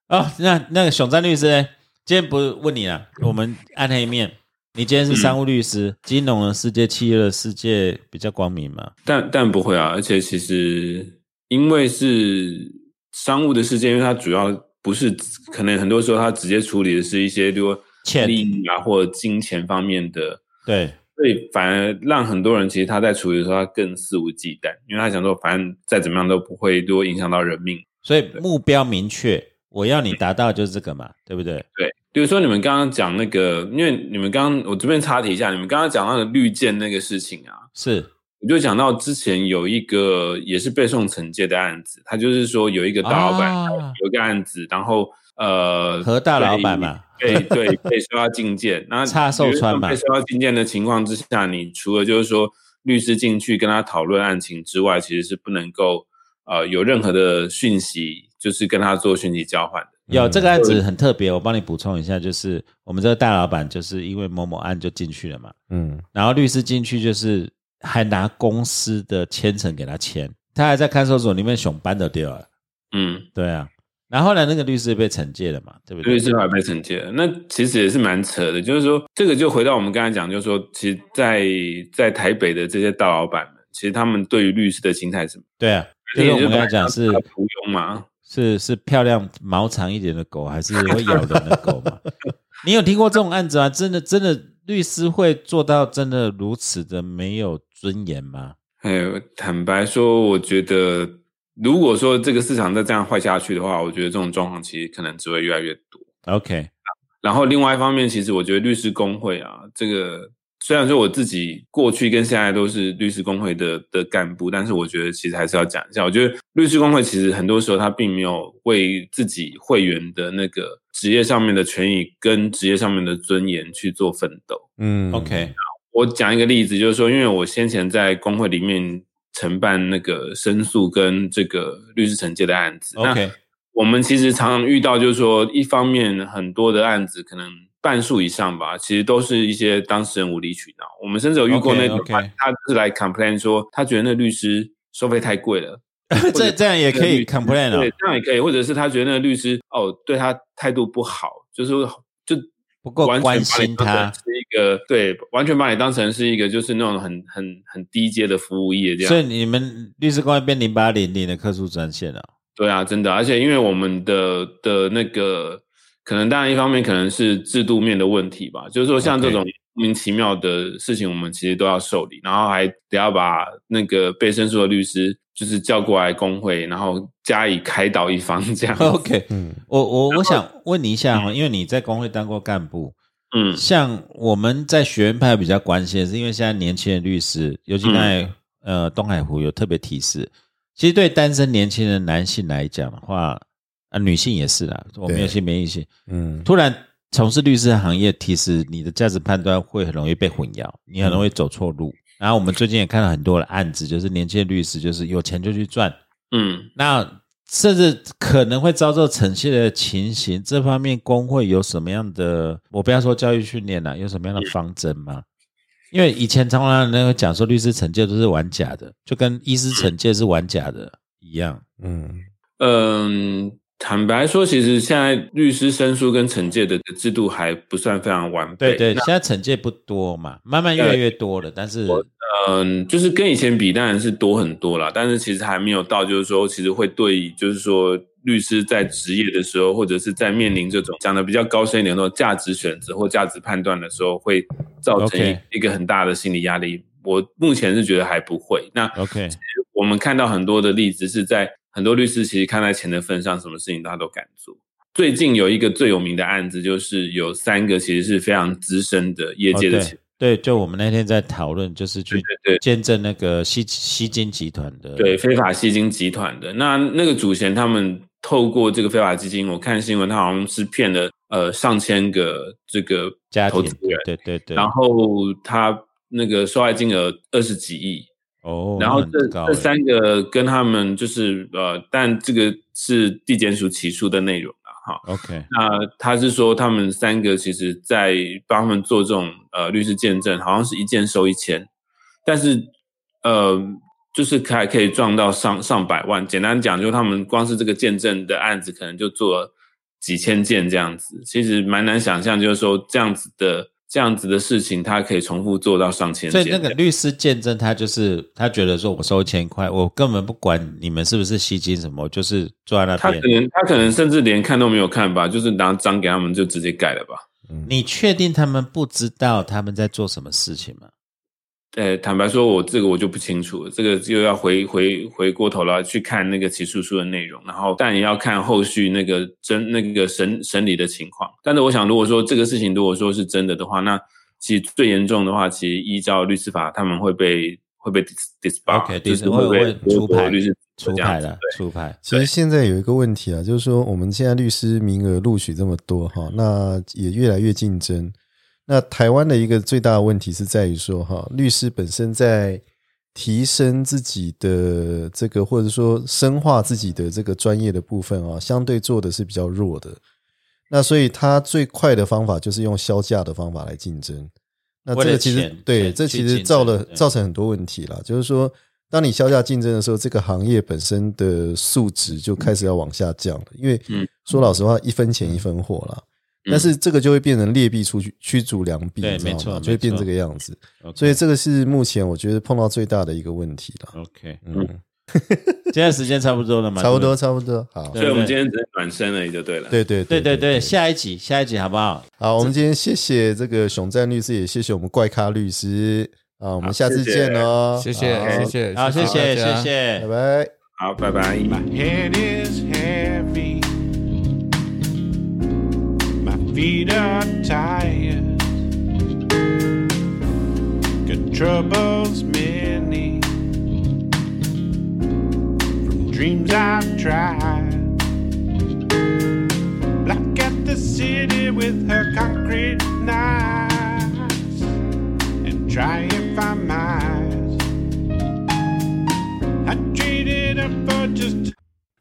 [SPEAKER 2] 哦。那那个熊赞律师呢？今天不是问你啊，我们暗黑面，你今天是商务律师，金融的世界、企业的世界比较光明嘛？
[SPEAKER 4] 但但不会啊，而且其实因为是商务的事件，因为它主要不是可能很多时候它直接处理的是一些，比如说
[SPEAKER 2] 欠
[SPEAKER 4] 利益啊或者金钱方面的，
[SPEAKER 2] 对，
[SPEAKER 4] 所以反而让很多人其实他在处理的时候他更肆无忌惮，因为他想说反正再怎么样都不会多影响到人命。
[SPEAKER 2] 所以目标明确，我要你达到的就是这个嘛，对不对？
[SPEAKER 4] 对，比如说你们刚刚讲那个，因为你们刚刚我这边插题一下，你们刚刚讲那个绿箭那个事情啊，
[SPEAKER 2] 是
[SPEAKER 4] 我就讲到之前有一个也是被送惩戒的案子，他就是说有一个大老板、
[SPEAKER 2] 啊
[SPEAKER 4] 有一个案子，然后呃，
[SPEAKER 2] 何大老板嘛
[SPEAKER 4] 被，对对，被收到禁见，那
[SPEAKER 2] 差受穿嘛
[SPEAKER 4] 被收到禁见的情况之下，你除了就是说律师进去跟他讨论案情之外，其实是不能够呃有任何的讯息，就是跟他做讯息交换的。
[SPEAKER 2] 有这个案子很特别，我帮你补充一下，就是我们这个大老板就是因为某某案就进去了嘛，
[SPEAKER 1] 嗯，
[SPEAKER 2] 然后律师进去就是还拿公司的签呈给他签，他还在看守所里面熊搬都掉了，
[SPEAKER 4] 嗯，
[SPEAKER 2] 对啊，然后呢那个律师被惩戒了嘛，对不
[SPEAKER 4] 因
[SPEAKER 2] 对？
[SPEAKER 4] 为是后啊来被惩戒了。那其实也是蛮扯的，就是说这个就回到我们刚才讲，就是说其实在，在台北的这些大老板们，其实他们对于律师的心态是什么？
[SPEAKER 2] 对啊，就是我们刚才讲是
[SPEAKER 4] 他雇佣嘛，
[SPEAKER 2] 是是漂亮毛长一点的狗，还是会咬人的狗 嘛？你有听过这种案子吗？真的真的律师会做到真的如此的没有尊严吗？
[SPEAKER 4] 哎，坦白说，我觉得如果说这个市场再这样坏下去的话，我觉得这种状况其实可能只会越来越多。
[SPEAKER 2] OK，
[SPEAKER 4] 然后另外一方面，其实我觉得律师工会啊，这个虽然说我自己过去跟现在都是律师工会的的干部，但是我觉得其实还是要讲一下，我觉得律师工会其实很多时候他并没有为自己会员的那个职业上面的权益跟职业上面的尊严去做奋斗。
[SPEAKER 1] 嗯
[SPEAKER 2] OK，
[SPEAKER 4] 我讲一个例子，就是说，因为我先前在工会里面承办那个申诉跟这个律师惩戒的案子，那
[SPEAKER 2] OK
[SPEAKER 4] 我们其实常常遇到，就是说，一方面很多的案子可能半数以上吧，其实都是一些当事人无理取闹。我们甚至有遇过
[SPEAKER 2] OK，
[SPEAKER 4] 那种
[SPEAKER 2] OK
[SPEAKER 4] 他他就是来 complain 说，他觉得那律师收费太贵了，
[SPEAKER 2] 这这样也可以
[SPEAKER 4] 律师
[SPEAKER 2] complain
[SPEAKER 4] 对
[SPEAKER 2] 哦，，
[SPEAKER 4] 这样也可以，或者是他觉得那个律师哦对他态度不好，就是就
[SPEAKER 2] 不够
[SPEAKER 4] 完全
[SPEAKER 2] 关
[SPEAKER 4] 把你
[SPEAKER 2] 心
[SPEAKER 4] 当成
[SPEAKER 2] 他
[SPEAKER 4] 是一个对，完全把你当成是一个就是那种很很很低阶的服务业这样。
[SPEAKER 2] 所以你们律师公会变零八零零的客诉专线 了、
[SPEAKER 4] 对啊，真的，而且因为我们的的那个，可能当然一方面可能是制度面的问题吧，就是说像这种莫名其妙的事情，我们其实都要受理，然后还得要把那个被申诉的律师就是叫过来工会，然后加以开导一方 这样。
[SPEAKER 2] OK，
[SPEAKER 1] 嗯，
[SPEAKER 2] 我我我想问你一下哦哈、因为你在工会当过干部，
[SPEAKER 4] 嗯
[SPEAKER 2] 像我们在学院派比较关心的是，因为现在年轻的律
[SPEAKER 4] 嗯
[SPEAKER 2] 师，尤其在、呃东海湖有特别提示，其实对单身年轻的男性来讲的话，啊、女性也是啦，我没有
[SPEAKER 1] 对
[SPEAKER 2] 性别意识，
[SPEAKER 1] 嗯，
[SPEAKER 2] 突然从事律师行业，其实你的价值判断会很容易被混淆，你很
[SPEAKER 4] 嗯
[SPEAKER 2] 容易走错路。然后我们最近也看到很多的案子，就是年轻的律师就是有钱就去赚，
[SPEAKER 4] 嗯，
[SPEAKER 2] 那甚至可能会遭受惩戒的情形，这方面工会有什么样的？我不要说教育训练啦，有什么
[SPEAKER 4] 嗯
[SPEAKER 2] 样的方针吗？因为以前常常人会讲说，律师惩戒都是玩假的，就跟医师惩戒是玩假的一样。
[SPEAKER 1] 嗯，
[SPEAKER 4] 嗯，坦白说，其实现在律师申诉跟惩戒的制度还不算非常完备。
[SPEAKER 2] 对对，
[SPEAKER 4] 那
[SPEAKER 2] 现在惩戒不多嘛，慢慢越来越多了，但是
[SPEAKER 4] 嗯，就是跟以前比当然是多很多啦，但是其实还没有到，就是说其实会对，就是说律师在职业的时候，或者是在面临这种讲的比较高深一点的那种价值选择或价值判断的时候，会造成
[SPEAKER 2] OK
[SPEAKER 4] 一一个很大的心理压力。我目前是觉得还不会。那
[SPEAKER 2] OK，
[SPEAKER 4] 我们看到很多的例子是在很多律师其实看在钱的份上，什么事情他都敢做。最近有一个最有名的案子，就是有三个其实是非常资深的业
[SPEAKER 2] 哦
[SPEAKER 4] 界的
[SPEAKER 2] 对
[SPEAKER 4] 前
[SPEAKER 2] 对，就我们那天在讨论，就是去
[SPEAKER 4] 对对
[SPEAKER 2] 见证那个西西金集团的
[SPEAKER 4] 对非法吸金集团的。那那个主嫌他们透过这个非法基金，我看新闻，他好像是骗了呃上千个这个
[SPEAKER 2] 家
[SPEAKER 4] 投
[SPEAKER 2] 庭
[SPEAKER 4] 资人，，
[SPEAKER 2] 对对对，
[SPEAKER 4] 然后他那个受害金额二十几亿。
[SPEAKER 2] 哦，
[SPEAKER 4] 然后
[SPEAKER 2] 那很
[SPEAKER 4] 这
[SPEAKER 2] 高
[SPEAKER 4] 这
[SPEAKER 2] 欸
[SPEAKER 4] 三个跟他们就是呃，但这个是地检署起诉的内容了哈。
[SPEAKER 2] OK
[SPEAKER 4] 那呃他是说他们三个其实，在帮他们做这种呃律师见证，好像是一件收一千，但是呃，就是还可以赚到上上百万。简单讲，就他们光是这个见证的案子，可能就做了几千件这样子，其实蛮难想象，就是说这样子的这样子的事情，他可以重复做到上千
[SPEAKER 2] 所
[SPEAKER 4] 件。
[SPEAKER 2] 以那个律师见证，他就是他觉得说，我收一千块，我根本不管你们是不是吸金什么，我就是坐在那
[SPEAKER 4] 他
[SPEAKER 2] 边
[SPEAKER 4] 可。能他可能甚至连看都没有看吧，就是拿章给他们就直接盖了吧。
[SPEAKER 2] 你确定他们不知道他们在做什么事情吗？
[SPEAKER 4] 呃，坦白说，我这个我就不清楚了，这个又要回回回过头来去看那个起诉书的内容，然后但也要看后续那个真那个审审理的情况。但是我想，如果说这个事情如果说是真的的话，那其实最严重的话，其实依照律师法，他们会被会被 disbar，、
[SPEAKER 2] OK，
[SPEAKER 4] 就
[SPEAKER 2] 律
[SPEAKER 4] 是
[SPEAKER 2] 师会
[SPEAKER 4] 会被
[SPEAKER 2] 会出
[SPEAKER 4] 剥夺
[SPEAKER 2] 牌
[SPEAKER 4] 律师资
[SPEAKER 2] 出
[SPEAKER 4] 格这
[SPEAKER 2] 牌
[SPEAKER 4] 样子
[SPEAKER 2] 了，出牌。
[SPEAKER 1] 其实现在有一个问题啊，就是说我们现在律师名额录取这么多哈，那也越来越竞争。那台湾的一个最大的问题是在于说哈，律师本身在提升自己的这个，或者说深化自己的这个专业的部分啊，相对做的是比较弱的。那所以他最快的方法就是用销价的方法来竞争。那这
[SPEAKER 2] 为
[SPEAKER 1] 个
[SPEAKER 2] 了
[SPEAKER 1] 其实
[SPEAKER 2] 钱
[SPEAKER 1] 对，
[SPEAKER 2] 对
[SPEAKER 1] 这
[SPEAKER 2] 去
[SPEAKER 1] 其实
[SPEAKER 2] 竞
[SPEAKER 1] 造
[SPEAKER 2] 争
[SPEAKER 1] 了
[SPEAKER 2] 对
[SPEAKER 1] 造成很多问题啦。就是说，当你销价竞争的时候，这个行业本身的素质就开始要往下降了。因为
[SPEAKER 4] 嗯
[SPEAKER 1] 说老实话，一分钱一分货啦。
[SPEAKER 4] 嗯
[SPEAKER 1] 但是这个就会变成劣币出去驱逐良币，
[SPEAKER 2] 对
[SPEAKER 1] 你知
[SPEAKER 2] 没
[SPEAKER 1] 道
[SPEAKER 2] 错
[SPEAKER 1] 吗？
[SPEAKER 2] 没
[SPEAKER 1] 就会变
[SPEAKER 2] 错
[SPEAKER 1] 这个样子。
[SPEAKER 2] OK
[SPEAKER 1] 所以这个是目前我觉得碰到最大的一个问题了。
[SPEAKER 2] OK，
[SPEAKER 1] 嗯，
[SPEAKER 2] 现在时间差不多了嘛？
[SPEAKER 1] 差不
[SPEAKER 2] 对
[SPEAKER 1] 多，
[SPEAKER 2] 对。
[SPEAKER 1] 差不多。好，
[SPEAKER 4] 所以我们今天只是暖身而已，就对了。
[SPEAKER 1] 对对
[SPEAKER 2] 对对对，下一集，下一集好不好？
[SPEAKER 1] 好，我们今天谢谢这个熊战律师，也谢谢我们怪咖律师啊，我们下次
[SPEAKER 4] 谢谢
[SPEAKER 1] 见哦，
[SPEAKER 3] 谢谢
[SPEAKER 1] 好
[SPEAKER 3] 谢谢，
[SPEAKER 2] 好，谢谢，谢
[SPEAKER 3] 大家
[SPEAKER 2] 谢
[SPEAKER 1] 拜。拜。
[SPEAKER 4] 好，拜拜。
[SPEAKER 5] My head is heavy. My feet are tired. Got troubles many. From dreams I've tried. Black at the city with her concrete knives. And try if I might.